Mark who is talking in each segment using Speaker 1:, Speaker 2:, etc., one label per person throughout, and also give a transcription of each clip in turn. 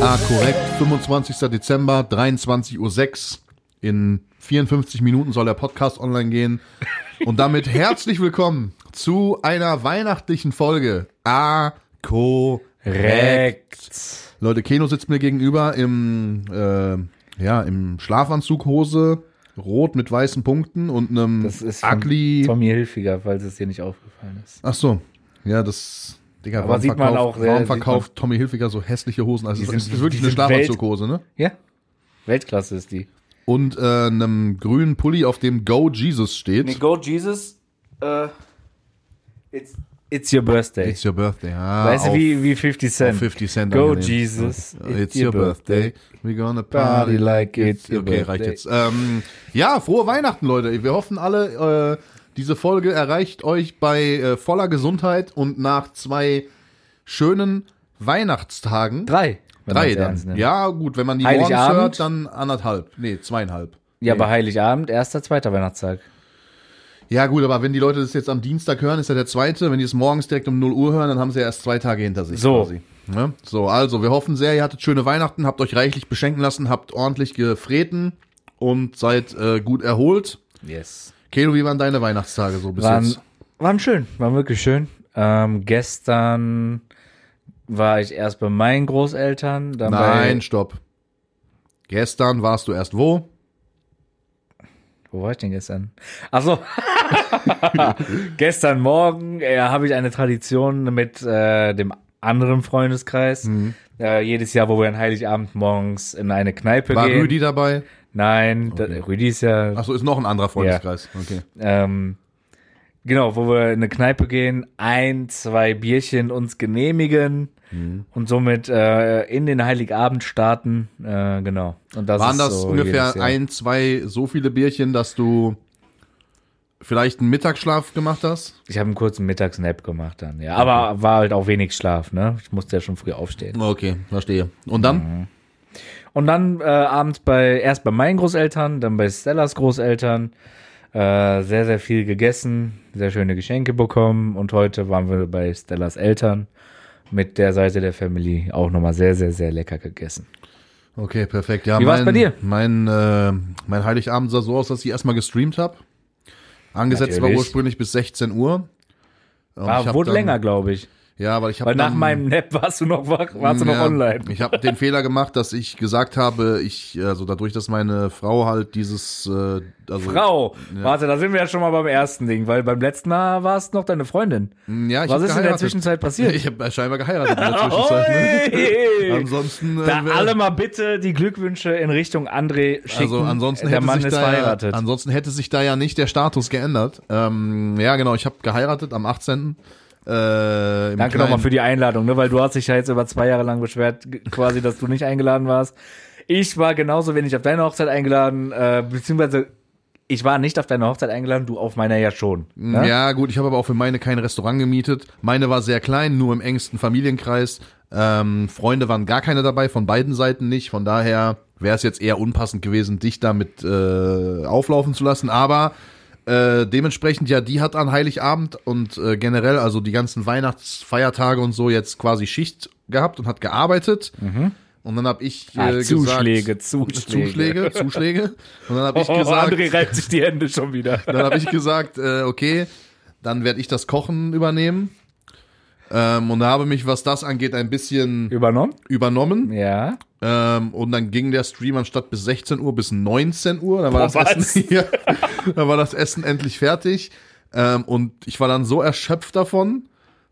Speaker 1: Ah, korrekt. 25. Dezember, 23.06 Uhr. In 54 Minuten soll der Podcast online gehen. Und damit herzlich willkommen zu einer weihnachtlichen Folge. Ah, korrekt.
Speaker 2: Korrekt.
Speaker 1: Leute, Keno sitzt mir gegenüber im, äh, ja, im Schlafanzug, Hose, rot mit weißen Punkten und einem
Speaker 2: Das ist von,
Speaker 1: ugly.
Speaker 2: von mir hilfiger, falls es dir nicht aufgefallen ist.
Speaker 1: Ach so, ja, das. Digga,
Speaker 2: Aber
Speaker 1: warum
Speaker 2: sieht man
Speaker 1: verkauft-
Speaker 2: auch, ja,
Speaker 1: warum
Speaker 2: sieht
Speaker 1: verkauft Tommy Hilfiger so hässliche Hosen? Also,
Speaker 2: Die
Speaker 1: es
Speaker 2: sind-
Speaker 1: ist wirklich
Speaker 2: die
Speaker 1: eine
Speaker 2: sind Welt-
Speaker 1: Schlafanzughose, ne?
Speaker 2: Ja? Weltklasse ist die.
Speaker 1: Und äh, einem grünen Pulli, auf dem Go Jesus steht.
Speaker 2: Nee, go Jesus. Äh, it's, it's your birthday.
Speaker 1: It's your birthday. Ja,
Speaker 2: weißt du,
Speaker 1: auf-
Speaker 2: wie, wie 50 Cent.
Speaker 1: auf 50 Cent.
Speaker 2: Go
Speaker 1: angenehm.
Speaker 2: Jesus.
Speaker 1: It's your birthday. We're gonna party like
Speaker 2: it's
Speaker 1: Okay, reicht jetzt. Ähm, ja, frohe Weihnachten, Leute. Wir hoffen alle, äh, diese Folge erreicht euch bei äh, voller Gesundheit und nach zwei schönen Weihnachtstagen.
Speaker 2: Drei. wenn
Speaker 1: Drei
Speaker 2: man's
Speaker 1: dann.
Speaker 2: ernst nimmt.
Speaker 1: Ja, gut, wenn man die morgens
Speaker 2: Heiligabend.
Speaker 1: hört, dann anderthalb. Nee, zweieinhalb.
Speaker 2: Ja,
Speaker 1: nee.
Speaker 2: aber Heiligabend, erster, zweiter Weihnachtstag.
Speaker 1: ja, gut, aber wenn die Leute das jetzt am Dienstag hören, ist ja der zweite. Wenn die es morgens direkt um 0 Uhr hören, dann haben sie ja erst zwei Tage hinter sich.
Speaker 2: So.
Speaker 1: Ne? So, also, wir hoffen sehr, ihr hattet schöne Weihnachten, habt euch reichlich beschenken lassen, habt ordentlich gefreten und seid äh, gut erholt.
Speaker 2: Yes.
Speaker 1: Kelo, wie waren deine Weihnachtstage so bis
Speaker 2: Waren,
Speaker 1: jetzt?
Speaker 2: waren schön, waren wirklich schön. Ähm, gestern war ich erst bei meinen Großeltern. Dann
Speaker 1: Nein,
Speaker 2: Bei,
Speaker 1: stopp. Gestern warst du erst wo?
Speaker 2: wo war ich denn gestern? Achso. gestern Morgen äh, habe ich eine Tradition mit äh, dem anderen Freundeskreis.
Speaker 1: Mhm.
Speaker 2: Äh, jedes Jahr, wo wir an Heiligabend morgens in eine Kneipe
Speaker 1: War
Speaker 2: gehen.
Speaker 1: Rüdi dabei?
Speaker 2: Nein, da, Rüdi ist ja
Speaker 1: Achso, ist noch ein anderer Freundeskreis. Okay.
Speaker 2: Ähm, genau, wo wir in eine Kneipe gehen, ein, zwei Bierchen uns genehmigen
Speaker 1: Mhm.
Speaker 2: und somit äh, in den Heiligabend starten. Äh, genau. Und das
Speaker 1: Waren
Speaker 2: ist
Speaker 1: das
Speaker 2: so jedes
Speaker 1: ungefähr
Speaker 2: Jahr.
Speaker 1: ein, zwei so viele Bierchen, dass du vielleicht einen Mittagsschlaf gemacht hast?
Speaker 2: Ich habe einen kurzen Mittagsnap gemacht dann, ja. Aber war halt auch wenig Schlaf, ne? Ich musste ja schon früh aufstehen.
Speaker 1: Okay, verstehe. Und dann?
Speaker 2: Und dann äh, abends bei erst bei meinen Großeltern, dann bei Stellas Großeltern. Äh, sehr, sehr viel gegessen, sehr schöne Geschenke bekommen und heute waren wir bei Stellas Eltern mit der Seite der Family auch nochmal sehr, sehr, sehr lecker gegessen.
Speaker 1: Oh, Okay, perfekt. Ja,
Speaker 2: Wie war's
Speaker 1: mein,
Speaker 2: bei dir?
Speaker 1: Mein, äh, mein Heiligabend sah so aus, dass ich erstmal gestreamt habe. Angesetzt war
Speaker 2: Natürlich.
Speaker 1: ursprünglich bis 16 Uhr. Und ich
Speaker 2: War,
Speaker 1: hab
Speaker 2: wurde
Speaker 1: dann-
Speaker 2: länger, glaube ich.
Speaker 1: Ja, weil ich habe
Speaker 2: Weil nach meinem Nap warst du noch wach, warst du noch
Speaker 1: Ja,
Speaker 2: online.
Speaker 1: Ich habe den Fehler gemacht, dass ich gesagt habe, ich, also dadurch, dass meine Frau halt dieses, äh, also,
Speaker 2: Frau, warte, da sind wir ja schon mal beim ersten Ding, weil beim letzten Mal war es noch deine Freundin.
Speaker 1: ja, ich
Speaker 2: Was
Speaker 1: hab
Speaker 2: ist in der
Speaker 1: geheiratet.
Speaker 2: Zwischenzeit passiert?
Speaker 1: Ich habe scheinbar geheiratet in der Zwischenzeit. Ne?
Speaker 2: Oi!
Speaker 1: Ansonsten, äh,
Speaker 2: Da
Speaker 1: wär-
Speaker 2: alle mal bitte die Glückwünsche in Richtung André schicken.
Speaker 1: also ansonsten
Speaker 2: der
Speaker 1: hätte
Speaker 2: Mann
Speaker 1: sich
Speaker 2: ist
Speaker 1: da,
Speaker 2: verheiratet.
Speaker 1: Ja, ansonsten hätte sich da ja nicht der Status geändert. Ähm, ja, genau, ich habe geheiratet am 18. Äh, im
Speaker 2: Danke
Speaker 1: kleinen-
Speaker 2: nochmal für die Einladung, ne? weil du hast dich ja jetzt über zwei Jahre lang beschwert, g- quasi, dass du nicht eingeladen warst. Ich war genauso wenig auf deine Hochzeit eingeladen, äh, beziehungsweise ich war nicht auf deine Hochzeit eingeladen, du auf meiner ja schon. Ne?
Speaker 1: Ja, gut, ich habe aber auch für meine kein Restaurant gemietet. Meine war sehr klein, nur im engsten Familienkreis. Ähm, Freunde waren gar keine dabei, von beiden Seiten nicht. Von daher wäre es jetzt eher unpassend gewesen, dich damit äh, auflaufen zu lassen. Aber äh, dementsprechend, ja, die hat an Heiligabend und äh, generell, also die ganzen Weihnachtsfeiertage und so, jetzt quasi Schicht gehabt und hat gearbeitet. Und dann habe ich äh,
Speaker 2: Ah,
Speaker 1: gesagt,
Speaker 2: Zuschläge, Zuschläge.
Speaker 1: Zuschläge, Zuschläge. Und dann habe
Speaker 2: Oh,
Speaker 1: ich gesagt,
Speaker 2: André reibt sich die Hände schon wieder.
Speaker 1: dann habe ich gesagt, äh, okay, dann werde ich das Kochen übernehmen. Ähm, und habe mich, was das angeht, ein bisschen
Speaker 2: Übernommen?
Speaker 1: übernommen.
Speaker 2: Ja.
Speaker 1: Ähm, und dann ging der Stream anstatt bis 16 Uhr bis 19 Uhr. Dann war,
Speaker 2: Boah,
Speaker 1: das,
Speaker 2: was?
Speaker 1: Essen, ja, dann war das Essen endlich fertig. Ähm, und ich war dann so erschöpft davon,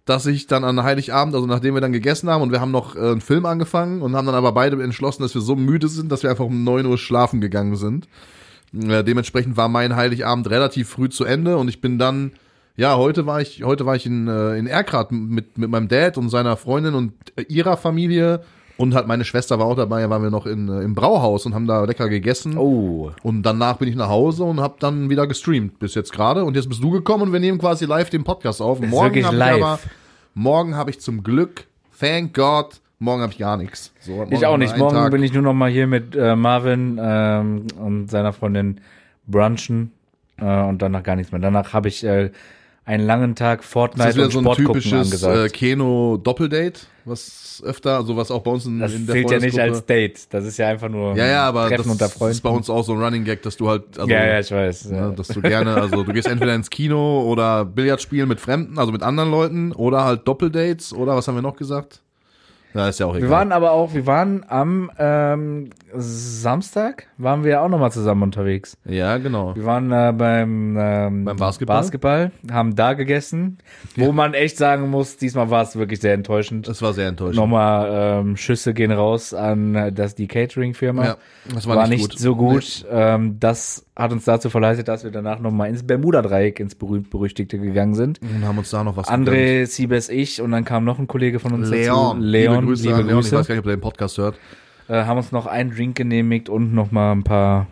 Speaker 1: dass ich dann an Heiligabend, also nachdem wir dann gegessen haben und wir haben noch äh, einen Film angefangen und haben dann aber beide entschlossen, dass wir so müde sind, dass wir einfach um 9 Uhr schlafen gegangen sind. Äh, dementsprechend war mein Heiligabend relativ früh zu Ende und ich bin dann, ja, heute war ich, heute war ich in, äh, in Erkrath mit, mit meinem Dad und seiner Freundin und äh, ihrer Familie und halt meine Schwester war auch dabei, da waren wir noch in, äh, im Brauhaus und haben da lecker gegessen.
Speaker 2: Oh.
Speaker 1: Und danach bin ich nach Hause und habe dann wieder gestreamt bis jetzt gerade. Und jetzt bist du gekommen und wir nehmen quasi live den Podcast auf.
Speaker 2: ist
Speaker 1: morgen
Speaker 2: wirklich
Speaker 1: hab
Speaker 2: live.
Speaker 1: Ich aber, morgen habe ich zum Glück, thank God, morgen habe ich gar nichts. So, morgen
Speaker 2: Ich auch nicht.
Speaker 1: einen
Speaker 2: Morgen
Speaker 1: Tag.
Speaker 2: bin ich nur noch mal hier mit äh, Marvin ähm, und seiner Freundin brunchen äh, und danach gar nichts mehr. Danach habe ich äh, einen langen Tag Fortnite
Speaker 1: Das ist wieder
Speaker 2: und
Speaker 1: so
Speaker 2: Sport
Speaker 1: ein
Speaker 2: gucken
Speaker 1: typisches
Speaker 2: angesagt.
Speaker 1: äh, Keno-Doppeldate, was öfter, also was auch bei uns in,
Speaker 2: das
Speaker 1: in der
Speaker 2: zählt ja nicht
Speaker 1: Freundesgruppe-
Speaker 2: als Date. Das ist ja einfach nur
Speaker 1: Ja, ja, aber
Speaker 2: Treffen
Speaker 1: das
Speaker 2: unter
Speaker 1: ist bei
Speaker 2: Freunden.
Speaker 1: uns auch so ein Running Gag, dass du halt, also,
Speaker 2: Ja, ja, ich weiß.
Speaker 1: ne,
Speaker 2: Ja.
Speaker 1: dass du gerne, also du gehst entweder ins Kino oder Billard spielen mit Fremden, also mit anderen Leuten oder halt Doppeldates oder was haben wir noch gesagt? Na, ist ja auch egal.
Speaker 2: Wir waren aber auch, wir waren am ähm, Samstag, waren wir ja auch nochmal zusammen unterwegs.
Speaker 1: ja, genau.
Speaker 2: Wir waren äh, beim, ähm,
Speaker 1: Beim Basketball?
Speaker 2: Basketball, haben da gegessen, wo man echt sagen muss, diesmal war es wirklich sehr enttäuschend.
Speaker 1: Das war sehr enttäuschend.
Speaker 2: Nochmal ähm, Schüsse gehen raus an äh, das, die Catering-Firma.
Speaker 1: Ja, das
Speaker 2: war, nicht, so gut. Ähm, das hat uns dazu verleitet, dass wir danach nochmal ins Bermuda-Dreieck, ins berühmt-berüchtigte gegangen sind.
Speaker 1: Nee. Und haben uns da noch was gegönnt.
Speaker 2: André, Siebes, ich und dann kam noch ein Kollege von uns
Speaker 1: Leon.
Speaker 2: dazu. Leon,
Speaker 1: liebe Grüße
Speaker 2: liebe
Speaker 1: an Leon. Ich
Speaker 2: Grüße.
Speaker 1: weiß gar nicht, ob er den Podcast hört.
Speaker 2: äh, haben uns noch einen Drink genehmigt und noch mal ein paar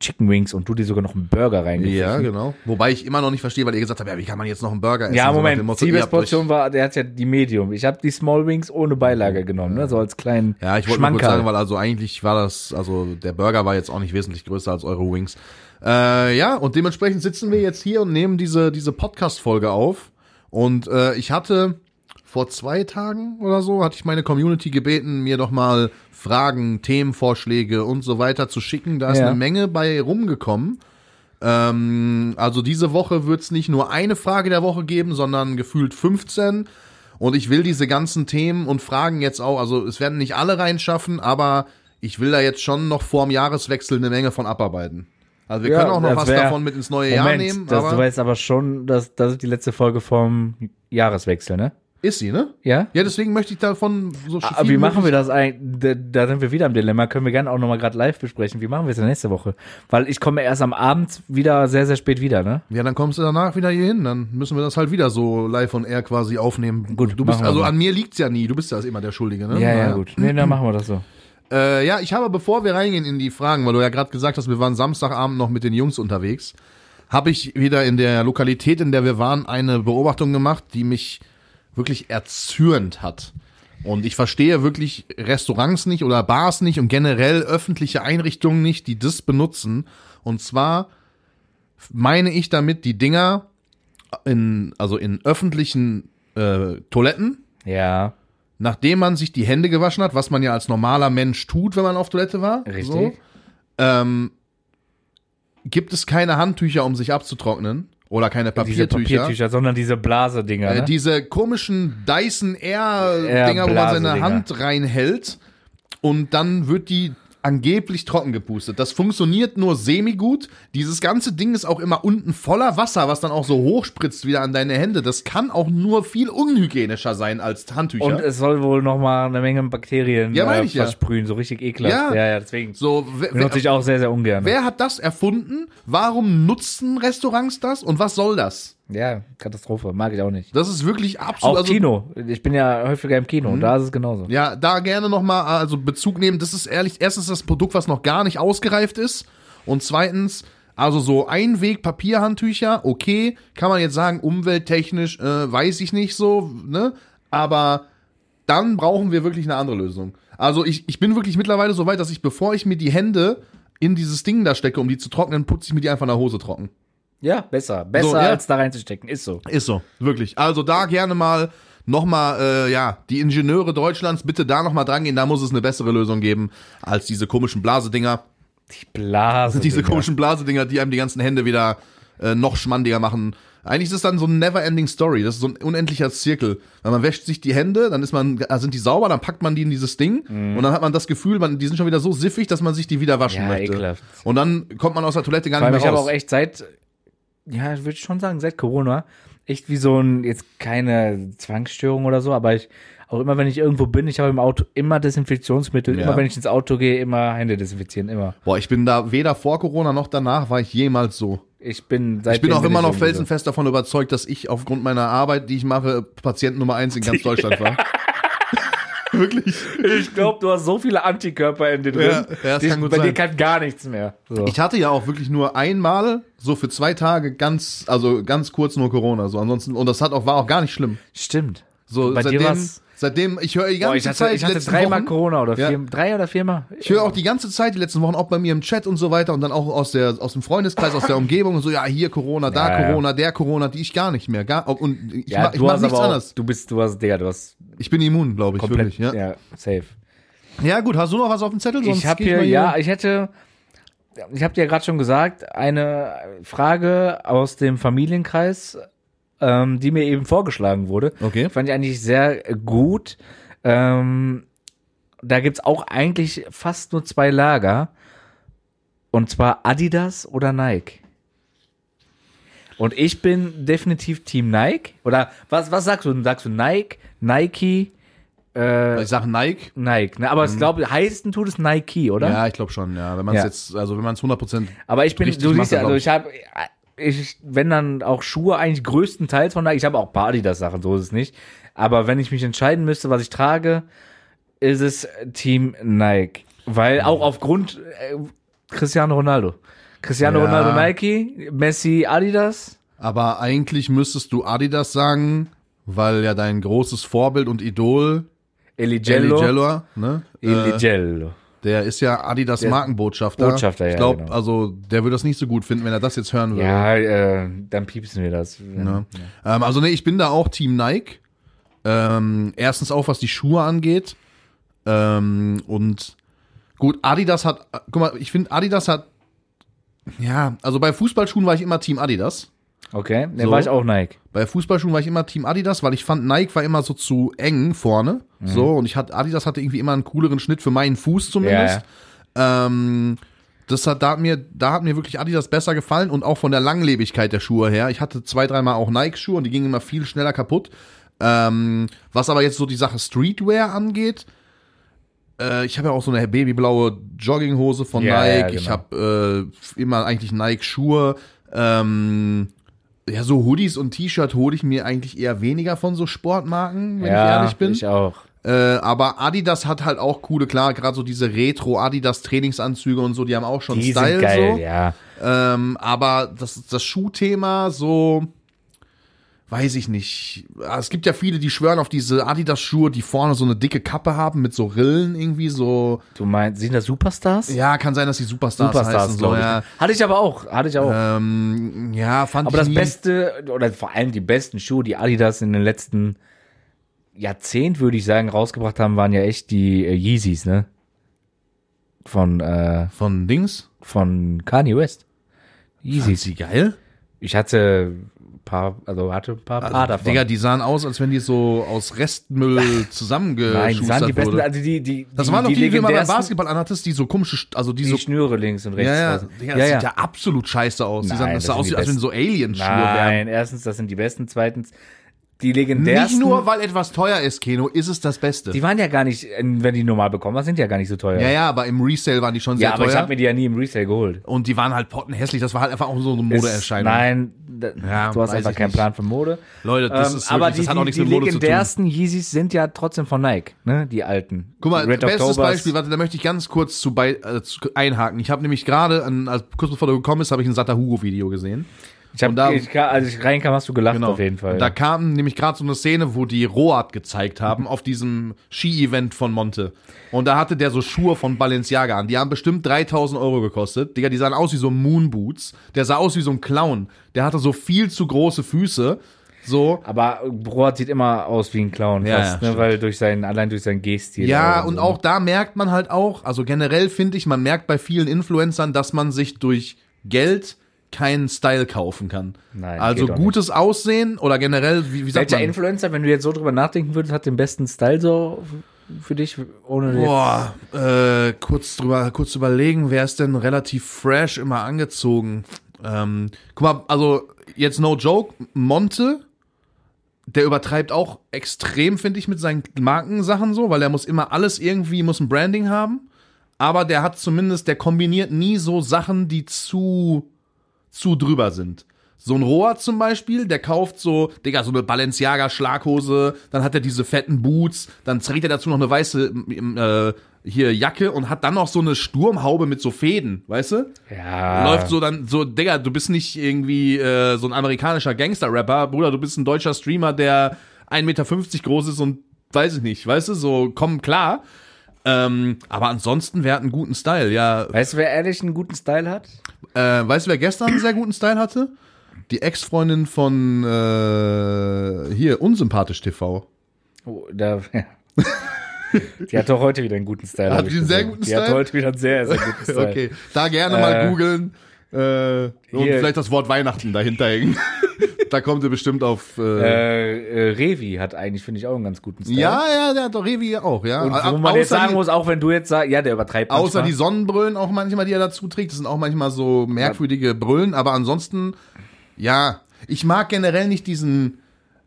Speaker 2: Chicken Wings und du dir sogar noch einen Burger reingegeben.
Speaker 1: Ja, genau. Wobei ich immer noch nicht verstehe, weil ihr gesagt habt, ja, wie kann man jetzt noch einen Burger essen?
Speaker 2: Ja,
Speaker 1: Also So nach dem
Speaker 2: Moment,
Speaker 1: Motto, ihr
Speaker 2: Siebes
Speaker 1: habt euch-
Speaker 2: Portion war, der hat ja die Medium. Ich habe die Small Wings ohne Beilage genommen, ne? so als kleinen
Speaker 1: Ja, ich wollte nur kurz
Speaker 2: Schmankerl.
Speaker 1: sagen, weil also eigentlich war das, also der Burger war jetzt auch nicht wesentlich größer als eure Wings. Äh, ja, und dementsprechend sitzen wir jetzt hier und nehmen diese, diese Podcast-Folge auf. Und äh, ich hatte vor zwei Tagen oder so, hatte ich meine Community gebeten, mir doch mal Fragen, Themenvorschläge und so weiter zu schicken. Da ist
Speaker 2: Ja.
Speaker 1: eine Menge bei rumgekommen. Ähm, also diese Woche wird's nicht nur eine Frage der Woche geben, sondern gefühlt 15. Und ich will diese ganzen Themen und Fragen jetzt auch, also es werden nicht alle reinschaffen, aber ich will da jetzt schon noch vorm Jahreswechsel eine Menge von abarbeiten. Also wir
Speaker 2: Ja,
Speaker 1: können auch noch
Speaker 2: das
Speaker 1: was
Speaker 2: wär-
Speaker 1: davon mit ins neue Jahr
Speaker 2: Moment,
Speaker 1: nehmen,
Speaker 2: das, du
Speaker 1: aber
Speaker 2: weißt aber schon, dass das ist die letzte Folge vom Jahreswechsel, ne?
Speaker 1: ist sie, ne?
Speaker 2: Ja?
Speaker 1: Ja, deswegen möchte ich davon so
Speaker 2: Ah, Wie machen wir das eigentlich? Da, da sind wir wieder im Dilemma. Können wir gerne auch nochmal gerade live besprechen. Wie machen wir es denn nächste Woche? Weil ich komme erst am Abend wieder sehr, sehr spät wieder, ne?
Speaker 1: Ja, dann kommst du danach wieder hier hin, dann müssen wir das halt wieder so live on air quasi aufnehmen.
Speaker 2: Gut,
Speaker 1: du bist
Speaker 2: machen wir
Speaker 1: also
Speaker 2: mal.
Speaker 1: an mir liegt's ja nie, du bist ja immer der Schuldige, ne?
Speaker 2: Ja, ja,
Speaker 1: Naja.
Speaker 2: gut. Nee, dann machen wir das so.
Speaker 1: Äh, ja, ich habe, bevor wir reingehen in die Fragen, weil du ja gerade gesagt hast, wir waren Samstagabend noch mit den Jungs unterwegs, habe ich wieder in der Lokalität, in der wir waren, eine Beobachtung gemacht, die mich wirklich erzürnt hat. Und ich verstehe wirklich Restaurants nicht oder Bars nicht und generell öffentliche Einrichtungen nicht, die das benutzen. Und zwar meine ich damit die Dinger in, also in öffentlichen äh, Toiletten,
Speaker 2: Ja,
Speaker 1: nachdem man sich die Hände gewaschen hat, was man ja als normaler Mensch tut, wenn man auf Toilette war,
Speaker 2: richtig.
Speaker 1: So, ähm, gibt es keine Handtücher, um sich abzutrocknen oder keine
Speaker 2: diese
Speaker 1: Papiertücher.
Speaker 2: Papiertücher, sondern diese Blasedinger.
Speaker 1: Äh,
Speaker 2: Ne?
Speaker 1: diese komischen Dyson
Speaker 2: Ja,
Speaker 1: Air-Dinger, wo man seine
Speaker 2: Blasedinger.
Speaker 1: Hand reinhält und dann wird die angeblich trocken gepustet. Das funktioniert nur semi-gut. Dieses ganze Ding ist auch immer unten voller Wasser, was dann auch so hochspritzt wieder an deine Hände. Das kann auch nur viel unhygienischer sein als Handtücher.
Speaker 2: Und es soll wohl noch mal eine Menge Bakterien
Speaker 1: Ja, meine
Speaker 2: äh,
Speaker 1: ich ja.
Speaker 2: versprühen, so richtig ekelhaft.
Speaker 1: Ja.
Speaker 2: Ja, ja, deswegen
Speaker 1: so, wer- wer-
Speaker 2: benutze ich auch sehr, sehr ungern.
Speaker 1: Wer hat das erfunden? Warum nutzen Restaurants das? Und was soll das?
Speaker 2: Ja, Katastrophe, mag ich auch nicht.
Speaker 1: Das ist wirklich absolut.
Speaker 2: Auch
Speaker 1: also,
Speaker 2: Kino. Mhm. Ich bin ja häufiger im Kino und da ist es genauso.
Speaker 1: Ja, da gerne nochmal also Bezug nehmen. Das ist ehrlich, erstens das Produkt, was noch gar nicht ausgereift ist. Und zweitens, also so Einweg Papierhandtücher, okay, kann man jetzt sagen, umwelttechnisch, äh, weiß ich nicht so, ne? Aber dann brauchen wir wirklich eine andere Lösung. Also ich, ich bin wirklich mittlerweile so weit, dass ich, bevor ich mir die Hände in dieses Ding da stecke, um die zu trocknen, putze ich mir die einfach in der Hose trocken.
Speaker 2: Ja, besser. Besser
Speaker 1: So, ja.
Speaker 2: als da reinzustecken. Ist so.
Speaker 1: Ist so, wirklich. Also da gerne mal nochmal, äh, ja, die Ingenieure Deutschlands bitte da nochmal dran gehen. Da muss es eine bessere Lösung geben als diese komischen Blasedinger.
Speaker 2: Die Blase.
Speaker 1: Diese komischen Blasedinger, die einem die ganzen Hände wieder äh, noch schmandiger machen. Eigentlich ist es dann so ein never-ending Story. Das ist so ein unendlicher Zirkel. Weil man wäscht sich die Hände, dann ist man, äh, sind die sauber, dann packt man die in dieses Ding und dann hat man das Gefühl, man, die sind schon wieder so siffig, dass man sich die wieder waschen
Speaker 2: Mhm. Ja,
Speaker 1: möchte.
Speaker 2: ekelhaft.
Speaker 1: Und dann kommt man aus der Toilette gar
Speaker 2: Weil
Speaker 1: nicht
Speaker 2: ich
Speaker 1: mehr
Speaker 2: habe
Speaker 1: raus.
Speaker 2: auch echt seit, ja, ich würde schon sagen, seit Corona, echt wie so ein, jetzt keine Zwangsstörung oder so, aber ich, auch immer wenn ich irgendwo bin, ich habe im Auto immer Desinfektionsmittel,
Speaker 1: Ja.
Speaker 2: immer wenn ich ins Auto gehe, immer Hände desinfizieren, immer.
Speaker 1: Boah, ich bin da weder vor Corona noch danach war ich jemals so.
Speaker 2: Ich bin seit
Speaker 1: Ich bin auch immer noch felsenfest davon überzeugt, dass ich aufgrund meiner Arbeit, die ich mache, Patient Nummer eins in ganz Deutschland war. Wirklich.
Speaker 2: Ich glaube, du hast so viele Antikörper in dir drin.
Speaker 1: Ja, ja, das
Speaker 2: die-
Speaker 1: kann gut
Speaker 2: bei dir
Speaker 1: sein.
Speaker 2: kann gar nichts mehr. So.
Speaker 1: Ich hatte ja auch wirklich nur einmal, so für zwei Tage, ganz, also ganz kurz nur Corona. So ansonsten, und das hat auch, war auch gar nicht schlimm.
Speaker 2: Stimmt.
Speaker 1: So
Speaker 2: bei dir
Speaker 1: seitdem,
Speaker 2: war's-
Speaker 1: Seitdem, ich höre die ganze
Speaker 2: Boah, ich hatte,
Speaker 1: Zeit,
Speaker 2: ich hatte
Speaker 1: letzten
Speaker 2: dreimal
Speaker 1: Wochen,
Speaker 2: Corona oder
Speaker 1: Ja.
Speaker 2: vier, drei oder viermal.
Speaker 1: ich höre auch die ganze Zeit die letzten Wochen auch bei mir im Chat und so weiter und dann auch aus der aus dem Freundeskreis, aus der Umgebung und so ja hier Corona, da
Speaker 2: Ja, ja.
Speaker 1: Corona, der Corona, die ich gar nicht mehr, gar und ich
Speaker 2: ja,
Speaker 1: mach, ich
Speaker 2: du
Speaker 1: mach
Speaker 2: hast
Speaker 1: nichts
Speaker 2: aber auch,
Speaker 1: anderes.
Speaker 2: Du bist, du hast, Digga, du hast
Speaker 1: Ich bin immun, glaube ich
Speaker 2: komplett,
Speaker 1: wirklich. Ja. Ja.
Speaker 2: ja, safe.
Speaker 1: gut, hast du noch was auf dem Zettel? Sonst
Speaker 2: ich habe
Speaker 1: geh mal
Speaker 2: hier, ja, ich hätte, ich habe dir gerade schon gesagt, eine Frage aus dem Familienkreis, ähm, die mir eben vorgeschlagen wurde.
Speaker 1: Okay.
Speaker 2: Fand ich eigentlich sehr äh, gut. Ähm, da gibt's auch eigentlich fast nur zwei Lager. Und zwar Adidas oder Nike. Und ich bin definitiv Team Nike. Oder was, was sagst du? Sagst du Nike, Nike, äh,
Speaker 1: Ich sag Nike.
Speaker 2: Nike. Ne? Aber ich glaube, heißen tut es Nike, oder?
Speaker 1: Ja, ich glaube schon, ja, wenn man es
Speaker 2: Ja.
Speaker 1: jetzt also wenn man es 100%
Speaker 2: Aber ich bin,
Speaker 1: Richtig
Speaker 2: du siehst
Speaker 1: Masse,
Speaker 2: ja, also
Speaker 1: glaub
Speaker 2: ich habe, ich, wenn dann auch Schuhe eigentlich größtenteils von Nike, ich habe auch paar Adidas-Sachen, so ist es nicht. Aber wenn ich mich entscheiden müsste, was ich trage, ist es Team Nike. Weil auch aufgrund äh, Cristiano Ronaldo. Cristiano
Speaker 1: Ja.
Speaker 2: Ronaldo Nike, Messi Adidas.
Speaker 1: Aber eigentlich müsstest du Adidas sagen, weil ja dein großes Vorbild und Idol
Speaker 2: Eligello.
Speaker 1: Eli
Speaker 2: Eligello.
Speaker 1: Jelloa, ne? Äh, der ist ja Adidas Markenbotschafter.
Speaker 2: Botschafter, ja,
Speaker 1: Ich glaube,
Speaker 2: genau.
Speaker 1: also der würde das nicht so gut finden, wenn er das jetzt hören würde.
Speaker 2: Ja, äh, dann piepsen wir das.
Speaker 1: Ne? Ähm, also nee, ich bin da auch Team Nike. Ähm, erstens auch, was die Schuhe angeht. Ähm, und gut, Adidas hat, äh, guck mal, ich finde, Adidas hat, ja, also bei Fußballschuhen war ich immer Team Adidas.
Speaker 2: Okay, dann
Speaker 1: So.
Speaker 2: war ich auch Nike.
Speaker 1: Bei Fußballschuhen war ich immer Team Adidas, weil ich fand, Nike war immer so zu eng vorne.
Speaker 2: Mhm.
Speaker 1: So, und ich hatte, Adidas hatte irgendwie immer einen cooleren Schnitt für meinen Fuß zumindest. Ähm, das hat, da hat mir, da hat mir wirklich Adidas besser gefallen und auch von der Langlebigkeit der Schuhe her. Ich hatte zwei, dreimal auch Nike-Schuhe und die gingen immer viel schneller kaputt. Ähm, was aber jetzt so die Sache Streetwear angeht, äh, ich habe ja auch so eine babyblaue Jogginghose von
Speaker 2: Ja, ja,
Speaker 1: Nike.
Speaker 2: genau.
Speaker 1: Ich habe äh, immer eigentlich Nike-Schuhe. Ähm, ja, so Hoodies und T-Shirt hole ich mir eigentlich eher weniger von so Sportmarken, wenn
Speaker 2: ja,
Speaker 1: ich ehrlich bin.
Speaker 2: Ich auch.
Speaker 1: Äh, aber Adidas hat halt auch coole, klar, gerade so diese Retro-Adidas-Trainingsanzüge und so, die haben auch schon
Speaker 2: Die
Speaker 1: Style
Speaker 2: sind geil,
Speaker 1: so.
Speaker 2: ja.
Speaker 1: Ähm, aber das, das Schuhthema so, weiß ich nicht. Ah, Es gibt ja viele, die schwören auf diese Adidas-Schuhe, die vorne so eine dicke Kappe haben mit so Rillen irgendwie so.
Speaker 2: Du meinst, sind das Superstars?
Speaker 1: Ja, kann sein, dass die Superstars,
Speaker 2: Superstars,
Speaker 1: heißen. So,
Speaker 2: glaube ich.
Speaker 1: ja,
Speaker 2: Hatte ich aber auch, hatte ich auch.
Speaker 1: ähm, ja, fand
Speaker 2: aber
Speaker 1: ich
Speaker 2: das
Speaker 1: nie.
Speaker 2: Beste, oder vor allem die besten Schuhe, die Adidas in den letzten Jahrzehnt, würde ich sagen, rausgebracht haben, waren ja echt die äh, Yeezys, ne? Von, äh,
Speaker 1: von Dings.
Speaker 2: von Kanye West.
Speaker 1: Sind
Speaker 2: Yeezys.
Speaker 1: sie geil?
Speaker 2: Ich hatte ein paar, also hatte ein paar, paar davon.
Speaker 1: Digga, die sahen aus, als wenn die so aus Restmüll
Speaker 2: Nein, die
Speaker 1: zusammengeschustert
Speaker 2: waren die besten,
Speaker 1: wurde.
Speaker 2: also die, die,
Speaker 1: äh, Das
Speaker 2: die,
Speaker 1: waren doch die, die, du immer beim
Speaker 2: legendärsten,
Speaker 1: Basketball anhattest, die so komische, St- also die,
Speaker 2: die
Speaker 1: so.
Speaker 2: Schnüre links und rechts.
Speaker 1: Ja, ja,
Speaker 2: draußen.
Speaker 1: Digga, das sieht ja absolut scheiße aus. die
Speaker 2: Nein,
Speaker 1: sahen,
Speaker 2: das
Speaker 1: das sah
Speaker 2: sind
Speaker 1: aus,
Speaker 2: die
Speaker 1: als wenn
Speaker 2: besten.
Speaker 1: so Alienschuhe wären.
Speaker 2: Nein, erstens, das sind die besten, zweitens, die legendärsten.
Speaker 1: Nicht nur, weil etwas teuer ist, Keno, ist es das Beste.
Speaker 2: Die waren ja gar nicht, äh, wenn die normal bekommen, waren, sind die ja gar nicht so teuer.
Speaker 1: ja, ja, aber im Resale waren die schon sehr
Speaker 2: Ja, aber ich
Speaker 1: teuer.
Speaker 2: habe mir die ja nie im Resale geholt.
Speaker 1: und die waren halt pottenhässlich. Das war halt einfach auch so eine
Speaker 2: Ist-
Speaker 1: Modeerscheinung.
Speaker 2: Nein, da-
Speaker 1: Ja,
Speaker 2: du
Speaker 1: weiß
Speaker 2: hast einfach
Speaker 1: ich
Speaker 2: keinen
Speaker 1: nicht.
Speaker 2: Plan von Mode.
Speaker 1: Leute, das
Speaker 2: Ähm,
Speaker 1: ist
Speaker 2: aber
Speaker 1: wirklich,
Speaker 2: die,
Speaker 1: das hat auch nichts
Speaker 2: die,
Speaker 1: mit
Speaker 2: die
Speaker 1: Mode zu tun.
Speaker 2: legendärsten Yeezys sind ja trotzdem von Nike, ne? Die alten.
Speaker 1: Guck mal,
Speaker 2: Red
Speaker 1: bestes
Speaker 2: Octobers.
Speaker 1: Beispiel, warte, da möchte ich ganz kurz zu, bei, äh, zu einhaken. Ich habe nämlich gerade, an- als kurz bevor du gekommen bist, habe ich ein Sata Hugo Video gesehen.
Speaker 2: Ich hab,
Speaker 1: und da-
Speaker 2: ich, als ich reinkam, hast du gelacht
Speaker 1: Genau.
Speaker 2: auf jeden Fall.
Speaker 1: Und Da kam nämlich gerade so eine Szene, wo die Roat gezeigt haben auf diesem Ski-Event von Monte. Und da hatte der so Schuhe von Balenciaga an. Die haben bestimmt 3000 Euro gekostet. Digga, die sahen aus wie so Moonboots. Der sah aus wie so ein Clown. Der hatte so viel zu große Füße. So.
Speaker 2: aber Broad sieht immer aus wie ein Clown,
Speaker 1: Ja, ja,
Speaker 2: fast, ne?
Speaker 1: stimmt.
Speaker 2: weil durch seinen, allein durch seinen G-Stil.
Speaker 1: Ja,
Speaker 2: oder
Speaker 1: und
Speaker 2: so. ne?
Speaker 1: auch da merkt man halt auch, also generell finde ich, man merkt bei vielen Influencern, dass man sich durch Geld keinen Style kaufen kann.
Speaker 2: Nein,
Speaker 1: also
Speaker 2: geht doch
Speaker 1: gutes Aussehen oder generell, wie, wie sagt
Speaker 2: Welcher
Speaker 1: man?
Speaker 2: Influencer, wenn du jetzt so drüber nachdenken würdest, hat den besten Style so für dich, ohne jetzt-
Speaker 1: Boah, äh, kurz drüber, kurz überlegen, wer ist denn relativ fresh immer angezogen? Ähm, guck mal, also jetzt no joke, Monte, der übertreibt auch extrem, finde ich, mit seinen Markensachen so, weil er muss immer alles irgendwie, muss ein Branding haben. Aber der hat zumindest, der kombiniert nie so Sachen, die zu zu drüber sind. So ein Rohr zum Beispiel, der kauft so, Digga, so eine Balenciaga-Schlaghose, dann hat er diese fetten Boots, dann trägt er dazu noch eine weiße m- m- äh, hier Jacke und hat dann noch so eine Sturmhaube mit so Fäden, weißt du?
Speaker 2: ja.
Speaker 1: Läuft so dann, so, Digga, du bist nicht irgendwie äh, so ein amerikanischer Gangster-Rapper, Bruder, du bist ein deutscher Streamer, der 1,50 Meter groß ist und weiß ich nicht, weißt du, so kommen klar. Ähm, aber ansonsten, wer hat einen guten Style? Ja,
Speaker 2: Weißt du, wer ehrlich einen guten Style hat?
Speaker 1: äh, weißt du, wer gestern einen sehr guten Style hatte? Die Ex-Freundin von äh, hier, unsympathisch TV.
Speaker 2: Oh, da, ja. Die hat doch heute wieder einen guten Style.
Speaker 1: Hat
Speaker 2: hab ich
Speaker 1: die einen sehr
Speaker 2: gesehen.
Speaker 1: guten
Speaker 2: die
Speaker 1: Style?
Speaker 2: hat heute wieder einen sehr, sehr guten Style.
Speaker 1: Okay, da gerne mal
Speaker 2: Äh,
Speaker 1: googeln äh, und
Speaker 2: hier.
Speaker 1: vielleicht das Wort Weihnachten dahinter hängen. da kommt ihr bestimmt auf. Äh,
Speaker 2: Äh, äh, Revi hat eigentlich, finde ich, auch einen ganz guten Style.
Speaker 1: ja, ja, der hat doch Revi auch, ja.
Speaker 2: Und
Speaker 1: Au-
Speaker 2: wo man jetzt
Speaker 1: außer
Speaker 2: sagen
Speaker 1: die-
Speaker 2: muss, auch wenn du jetzt sagst, ja, der übertreibt
Speaker 1: Außer die
Speaker 2: manchmal.
Speaker 1: Sonnenbrillen auch manchmal, die er dazu trägt. Das sind auch manchmal so merkwürdige Brillen, aber ansonsten, ja, ich mag generell nicht diesen,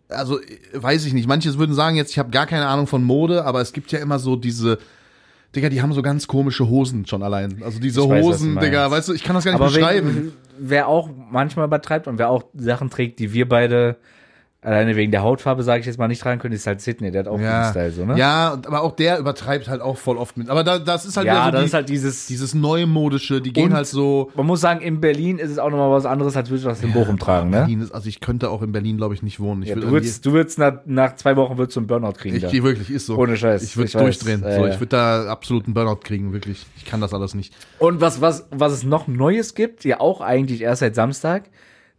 Speaker 1: also äh, weiß ich nicht, manche würden sagen jetzt, ich habe gar keine Ahnung von Mode, aber es gibt ja immer so diese, Digga, die haben so ganz komische Hosen schon allein. Also diese
Speaker 2: Ich weiß, was
Speaker 1: Hosen,
Speaker 2: du
Speaker 1: Digga,
Speaker 2: meinst.
Speaker 1: weißt du, ich kann das gar nicht
Speaker 2: Aber
Speaker 1: beschreiben.
Speaker 2: wer, wer auch manchmal übertreibt und wer auch Sachen trägt, die wir beide alleine wegen der Hautfarbe, sage ich jetzt mal, nicht tragen können, ist halt Sydney. Der hat auch einen
Speaker 1: Ja,
Speaker 2: guten Style, so, ne?
Speaker 1: ja, und- aber auch der übertreibt halt auch voll oft mit. Aber da, das ist halt wieder
Speaker 2: ja
Speaker 1: so
Speaker 2: das
Speaker 1: die,
Speaker 2: ist halt dieses,
Speaker 1: dieses neumodische, die gehen
Speaker 2: Und-
Speaker 1: halt so.
Speaker 2: Man muss sagen, in Berlin ist es auch nochmal was anderes, als würdest du das in Bochum tragen, ne?
Speaker 1: Berlin ist, also ich könnte auch in Berlin, glaube ich, nicht wohnen. Ich
Speaker 2: Ja,
Speaker 1: will
Speaker 2: du
Speaker 1: irgendwie-
Speaker 2: würdest, du würdest nach, nach zwei Wochen würdest du einen Burnout kriegen.
Speaker 1: Ich
Speaker 2: da.
Speaker 1: gehe wirklich, ist so.
Speaker 2: Ohne Scheiß,
Speaker 1: Ich würde
Speaker 2: ich weiß,
Speaker 1: durchdrehen.
Speaker 2: äh,
Speaker 1: so,
Speaker 2: ja.
Speaker 1: ich würde da absoluten Burnout kriegen, wirklich. Ich kann das alles nicht.
Speaker 2: Und was, was, was es noch Neues gibt, ja auch eigentlich erst seit Samstag,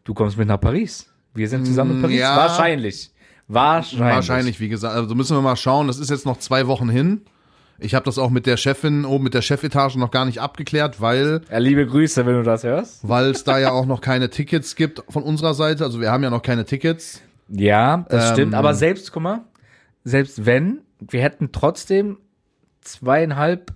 Speaker 2: du kommst mit nach Paris. Wir sind zusammen in Paris.
Speaker 1: Mm, ja.
Speaker 2: Wahrscheinlich. Wahrscheinlich.
Speaker 1: Wahrscheinlich, wie gesagt. Also müssen wir mal schauen. Das ist jetzt noch zwei Wochen hin. Ich habe das auch mit der Chefin oben, mit der Chefetage noch gar nicht abgeklärt, weil
Speaker 2: Ja, liebe Grüße, wenn du das hörst.
Speaker 1: weil es da ja auch noch keine Tickets gibt von unserer Seite. Also wir haben ja noch keine Tickets.
Speaker 2: Ja, das
Speaker 1: Ähm.
Speaker 2: stimmt. Aber selbst, guck mal, selbst wenn, wir hätten trotzdem zweieinhalb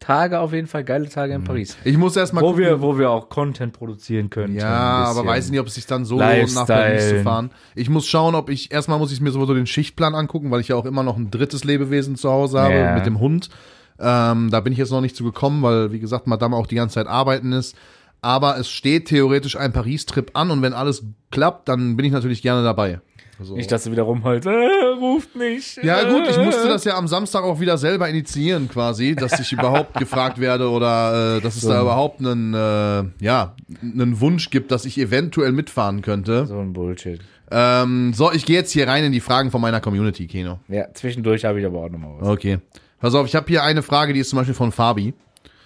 Speaker 2: Tage auf jeden Fall, geile Tage in Paris.
Speaker 1: Ich muss erst Mhm. mal
Speaker 2: Wo wir, wo wir auch Content produzieren können.
Speaker 1: Ja, aber weiß ich nicht, ob es sich dann so lohnt,
Speaker 2: Lifestyle.
Speaker 1: nach Paris zu fahren. Ich muss schauen, ob ich, erstmal muss ich mir sowieso den Schichtplan angucken, weil ich ja auch immer noch ein drittes Lebewesen zu Hause habe
Speaker 2: Ja.
Speaker 1: mit dem Hund. Ähm, da bin ich jetzt noch nicht zu gekommen, weil, wie gesagt, Madame auch die ganze Zeit arbeiten ist. Aber es steht theoretisch ein Paris-Trip an und wenn alles klappt, dann bin ich natürlich gerne dabei. So.
Speaker 2: Nicht, dass du wieder rumholst, äh, ruft nicht.
Speaker 1: ja
Speaker 2: äh.
Speaker 1: gut, ich musste das ja am Samstag auch wieder selber initiieren quasi, dass ich überhaupt gefragt werde oder äh, dass es da überhaupt einen, äh, ja, einen Wunsch gibt, dass ich eventuell mitfahren könnte.
Speaker 2: So ein Bullshit.
Speaker 1: Ähm, so, ich gehe jetzt hier rein in die Fragen von meiner Community, Keno.
Speaker 2: Ja, zwischendurch habe ich aber auch nochmal was.
Speaker 1: Okay. Pass auf, ich habe hier eine Frage, die ist zum Beispiel von Fabi.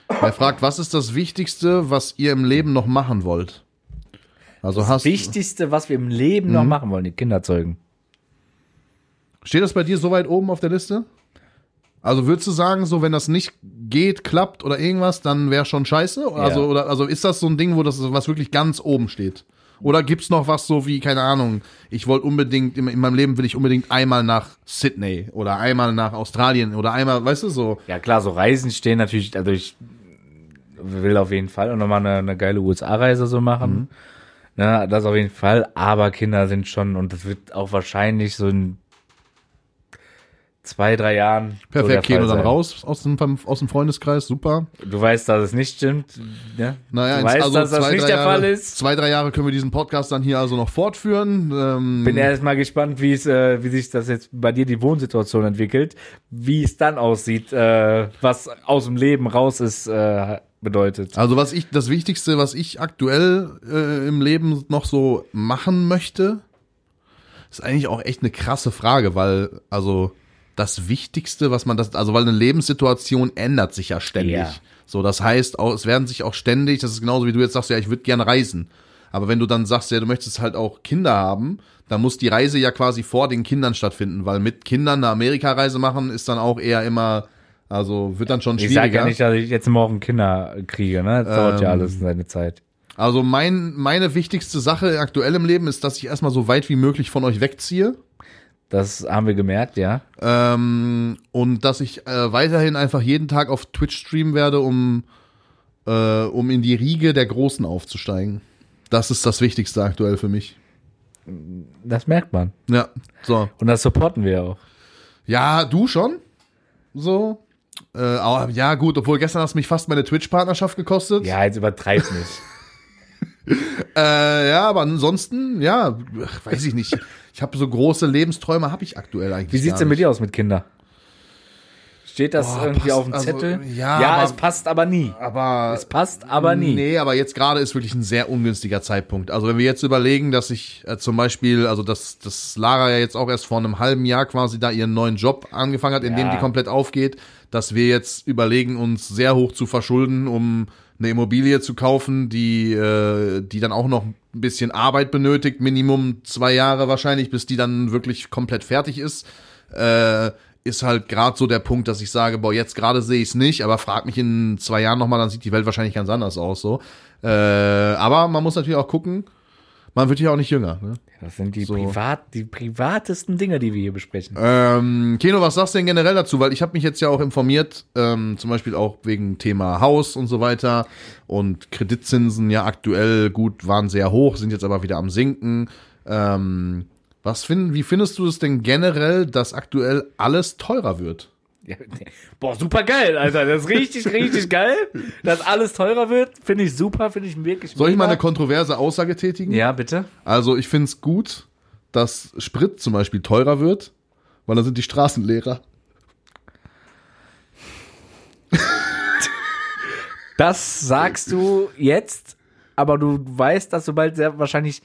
Speaker 1: Er fragt, was ist das Wichtigste, was ihr im Leben noch machen wollt? Also hast Mhm.
Speaker 2: Wichtigste, was wir im Leben noch machen wollen, die Kinder zeugen.
Speaker 1: steht das bei dir so weit oben auf der Liste? Also würdest du sagen, so wenn das nicht geht, klappt oder irgendwas, dann wäre schon scheiße? Also oder also ist das so ein Ding, wo das was wirklich ganz oben steht? Oder gibt's noch was so wie keine Ahnung? Ich wollte unbedingt in in meinem Leben will ich unbedingt einmal nach Sydney oder einmal nach Australien oder einmal, weißt du so?
Speaker 2: Ja klar, so Reisen stehen natürlich, also ich will auf jeden Fall auch nochmal eine, eine geile USA-Reise so
Speaker 1: Mhm.
Speaker 2: machen. Na, das auf jeden Fall, aber Kinder sind schon, und das wird auch wahrscheinlich so in zwei, drei Jahren. so der
Speaker 1: Perfekt,
Speaker 2: Fall
Speaker 1: Keno dann
Speaker 2: sein.
Speaker 1: raus aus dem, aus dem Freundeskreis, super.
Speaker 2: Du weißt, dass es nicht stimmt. Ne?
Speaker 1: Naja,
Speaker 2: du
Speaker 1: in-
Speaker 2: weißt,
Speaker 1: also
Speaker 2: dass das
Speaker 1: zwei,
Speaker 2: nicht
Speaker 1: drei
Speaker 2: der
Speaker 1: Jahre,
Speaker 2: Fall ist.
Speaker 1: Zwei, drei Jahre können wir diesen Podcast dann hier also noch fortführen. Ähm,
Speaker 2: Bin erstmal gespannt, wie es, äh, wie sich das jetzt bei dir die Wohnsituation entwickelt, wie es dann aussieht, äh, was aus dem Leben raus ist, äh, bedeutet.
Speaker 1: also was ich, das Wichtigste, was ich aktuell äh, im Leben noch so machen möchte, ist eigentlich auch echt eine krasse Frage, weil, also das Wichtigste, was man das, also weil eine Lebenssituation ändert sich ja ständig.
Speaker 2: Ja.
Speaker 1: So, das heißt, auch, es werden sich auch ständig, das ist genauso wie du jetzt sagst, ja, ich würde gerne reisen. Aber wenn du dann sagst, ja, du möchtest halt auch Kinder haben, dann muss die Reise ja quasi vor den Kindern stattfinden, weil mit Kindern eine Amerika-Reise machen ist dann auch eher immer, also wird dann schon
Speaker 2: Ich sage
Speaker 1: schwieriger.
Speaker 2: ja nicht, dass ich jetzt morgen Kinder kriege, ne? Das dauert ja
Speaker 1: Ähm,
Speaker 2: alles seine Zeit.
Speaker 1: Also mein, meine wichtigste Sache aktuell im Leben ist, dass ich erstmal so weit wie möglich von euch wegziehe.
Speaker 2: Das haben wir gemerkt, ja.
Speaker 1: Ähm, und dass ich äh, weiterhin einfach jeden Tag auf Twitch streamen werde, um, äh, um in die Riege der Großen aufzusteigen. Das ist das Wichtigste aktuell für mich.
Speaker 2: Das merkt man.
Speaker 1: Ja, so.
Speaker 2: Und das supporten wir auch.
Speaker 1: Ja, du schon? So. Äh, aber, ja, gut, obwohl gestern hast du mich fast meine Twitch-Partnerschaft gekostet.
Speaker 2: Ja, jetzt übertreib nicht.
Speaker 1: Äh, ja, aber ansonsten, ja, ach, weiß ich nicht. Ich habe so große Lebensträume, habe ich aktuell eigentlich.
Speaker 2: Wie sieht's
Speaker 1: gar
Speaker 2: denn mit
Speaker 1: nicht.
Speaker 2: dir aus mit Kindern? Steht das
Speaker 1: Boah,
Speaker 2: irgendwie
Speaker 1: passt-
Speaker 2: auf dem
Speaker 1: also,
Speaker 2: Zettel?
Speaker 1: ja,
Speaker 2: ja
Speaker 1: aber-
Speaker 2: es passt aber nie.
Speaker 1: Aber
Speaker 2: Es passt aber nie.
Speaker 1: Nee, aber jetzt gerade ist wirklich ein sehr ungünstiger Zeitpunkt. Also wenn wir jetzt überlegen, dass ich äh, zum Beispiel, also dass, dass Lara ja jetzt auch erst vor einem halben Jahr quasi da ihren neuen Job angefangen hat, in dem
Speaker 2: Ja.
Speaker 1: die komplett aufgeht, dass wir jetzt überlegen, uns sehr hoch zu verschulden, um eine Immobilie zu kaufen, die, äh, die dann auch noch ein bisschen Arbeit benötigt, Minimum zwei Jahre wahrscheinlich, bis die dann wirklich komplett fertig ist äh, ist halt gerade so der Punkt, dass ich sage, boah, jetzt gerade sehe ich es nicht, aber frag mich in zwei Jahren nochmal, dann sieht die Welt wahrscheinlich ganz anders aus. so. Äh, aber man muss natürlich auch gucken, man wird ja auch nicht jünger. Ne?
Speaker 2: Das sind die,
Speaker 1: So.
Speaker 2: privat, die privatesten Dinge, die wir hier besprechen.
Speaker 1: Ähm, Keno, was sagst du denn generell dazu? Weil ich habe mich jetzt ja auch informiert, ähm, zum Beispiel auch wegen Thema Haus und so weiter und Kreditzinsen ja aktuell gut waren sehr hoch, sind jetzt aber wieder am sinken. Ähm, was finden, wie findest du es denn generell, dass aktuell alles teurer wird?
Speaker 2: Ja, nee. Boah, super geil, Alter. Das ist richtig, richtig geil. Dass alles teurer wird, finde ich super, finde ich wirklich
Speaker 1: Soll ich mal
Speaker 2: mega.
Speaker 1: eine kontroverse Aussage tätigen?
Speaker 2: Ja, bitte.
Speaker 1: Also ich finde es gut, dass Sprit zum Beispiel teurer wird, weil dann sind die Straßen leerer.
Speaker 2: Das sagst du jetzt, aber du weißt, dass du bald sehr wahrscheinlich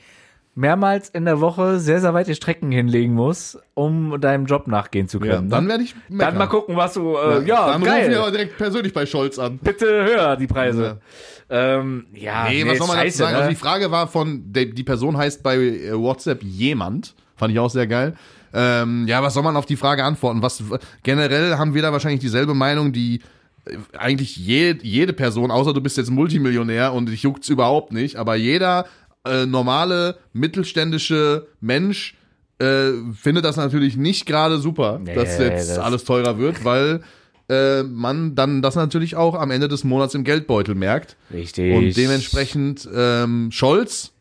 Speaker 2: mehrmals in der Woche sehr, sehr weite Strecken hinlegen musst, um deinem Job nachgehen zu können.
Speaker 1: dann
Speaker 2: ne?
Speaker 1: werde ich meckern.
Speaker 2: dann mal gucken, was du. Äh, ja,
Speaker 1: dann rufen wir aber
Speaker 2: geil.
Speaker 1: direkt persönlich bei Scholz an.
Speaker 2: Bitte höher die Preise. Ja, ähm, ja
Speaker 1: Nee, was soll man dazu
Speaker 2: scheiße,
Speaker 1: sagen? Also die
Speaker 2: ne?
Speaker 1: Frage war von, der- die Person heißt bei äh, WhatsApp jemand. Fand ich auch sehr geil. Ähm, ja, was soll man auf die Frage antworten? Was generell haben wir da wahrscheinlich dieselbe Meinung, die äh, eigentlich jede, jede Person, außer du bist jetzt Multimillionär und dich juckt's überhaupt nicht, aber jeder äh, normale mittelständische Mensch äh, findet das natürlich nicht gerade super,
Speaker 2: Nee,
Speaker 1: dass jetzt
Speaker 2: das-
Speaker 1: alles teurer wird, weil äh, man dann das natürlich auch am Ende des Monats im Geldbeutel merkt.
Speaker 2: Richtig.
Speaker 1: Und dementsprechend ähm, Scholz,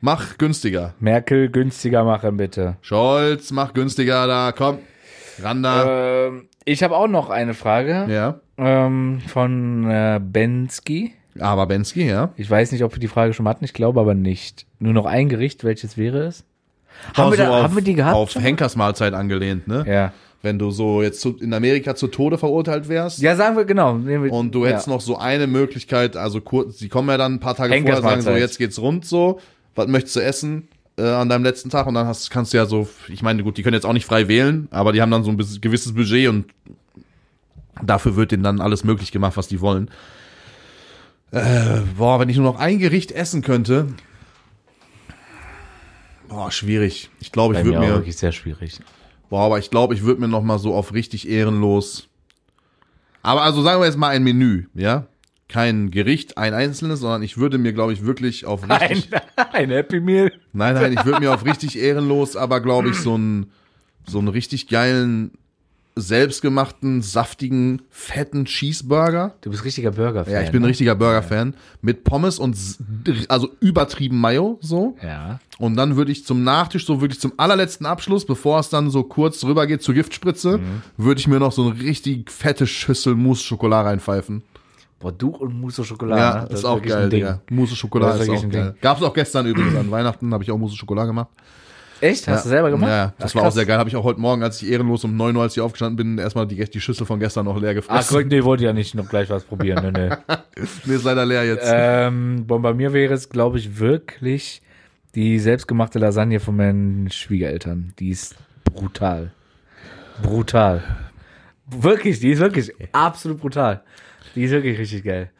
Speaker 1: mach günstiger.
Speaker 2: Merkel günstiger machen, bitte.
Speaker 1: Scholz, mach günstiger da, komm. Ran da.
Speaker 2: Ähm, ich habe auch noch eine Frage
Speaker 1: Ah. ja.
Speaker 2: ähm, von äh, Bensky.
Speaker 1: Aber Bensky, Ah, ja.
Speaker 2: Ich weiß nicht, ob wir die Frage schon mal hatten, ich glaube aber nicht. Nur noch ein Gericht, welches wäre es? Haben,
Speaker 1: Auch
Speaker 2: wir,
Speaker 1: so
Speaker 2: da,
Speaker 1: auf,
Speaker 2: haben wir die gehabt?
Speaker 1: Auf
Speaker 2: schon?
Speaker 1: Henkers Mahlzeit angelehnt, ne?
Speaker 2: ja.
Speaker 1: Wenn du so jetzt zu, in Amerika zu Tode verurteilt wärst.
Speaker 2: ja, sagen wir genau. Nehmen wir,
Speaker 1: Und du hättest
Speaker 2: ja.
Speaker 1: noch so eine Möglichkeit, also kurz, sie kommen ja dann ein paar Tage
Speaker 2: Henkers
Speaker 1: vorher, sagen so,
Speaker 2: Mahlzeit.
Speaker 1: jetzt geht's rund so, was möchtest du essen äh, an deinem letzten Tag und dann hast, kannst du ja so, ich meine, gut, die können jetzt auch nicht frei wählen, aber die haben dann so ein bis- gewisses Budget und dafür wird denen dann alles möglich gemacht, was die wollen. Äh, boah, wenn ich nur noch ein Gericht essen könnte, boah, schwierig. Ich glaube, ich
Speaker 2: Bei
Speaker 1: würde
Speaker 2: mir auch
Speaker 1: mir,
Speaker 2: wirklich sehr schwierig.
Speaker 1: Boah, aber ich glaube, ich würde mir noch mal so auf richtig ehrenlos. Aber also sagen wir jetzt mal ein Menü, ja? Kein Gericht, ein einzelnes, sondern ich würde mir, glaube ich, wirklich auf
Speaker 2: Ein,
Speaker 1: richtig.
Speaker 2: ein Happy Meal.
Speaker 1: Nein, nein, ich würde mir auf richtig ehrenlos, aber glaube ich, so einen so einen richtig geilen, selbstgemachten, saftigen, fetten Cheeseburger.
Speaker 2: Du bist richtiger Burger-Fan.
Speaker 1: Ja, ich bin ein
Speaker 2: ne?
Speaker 1: richtiger Burger-Fan. Mit Pommes und s- also übertrieben Mayo, so.
Speaker 2: Ja.
Speaker 1: Und dann würde ich zum Nachtisch, so wirklich zum allerletzten Abschluss, bevor es dann so kurz rübergeht zur Giftspritze, würde ich mir noch so eine richtig fette Schüssel Mousse Schokolade reinpfeifen.
Speaker 2: Boah, du und Mousse au Chocolat.
Speaker 1: Ja,
Speaker 2: ne?
Speaker 1: ist auch
Speaker 2: wirklich
Speaker 1: geil,
Speaker 2: ein Ding.
Speaker 1: Digga. Mousse Schokolade
Speaker 2: Das
Speaker 1: ist,
Speaker 2: ist wirklich
Speaker 1: auch
Speaker 2: ein Ding.
Speaker 1: geil. Gab's auch gestern übrigens an Weihnachten, habe ich auch Mousse Schokolade gemacht.
Speaker 2: Echt? Hast du selber gemacht?
Speaker 1: Ja, ja. das
Speaker 2: Ach,
Speaker 1: war auch
Speaker 2: krass.
Speaker 1: sehr geil. Habe ich auch heute Morgen, als ich ehrenlos um 9 Uhr, als ich aufgestanden bin, erstmal die, die Schüssel von gestern noch leer
Speaker 2: Ach,
Speaker 1: gefressen.
Speaker 2: Gott, nee, wollte ja nicht noch gleich was probieren. ne, Nee, nee.
Speaker 1: nee, ist leider leer jetzt.
Speaker 2: ähm, boah, bei mir wäre es, glaube ich, wirklich die selbstgemachte Lasagne von meinen Schwiegereltern. Die ist brutal. Brutal. Wirklich, die ist wirklich absolut brutal. Die ist wirklich richtig geil.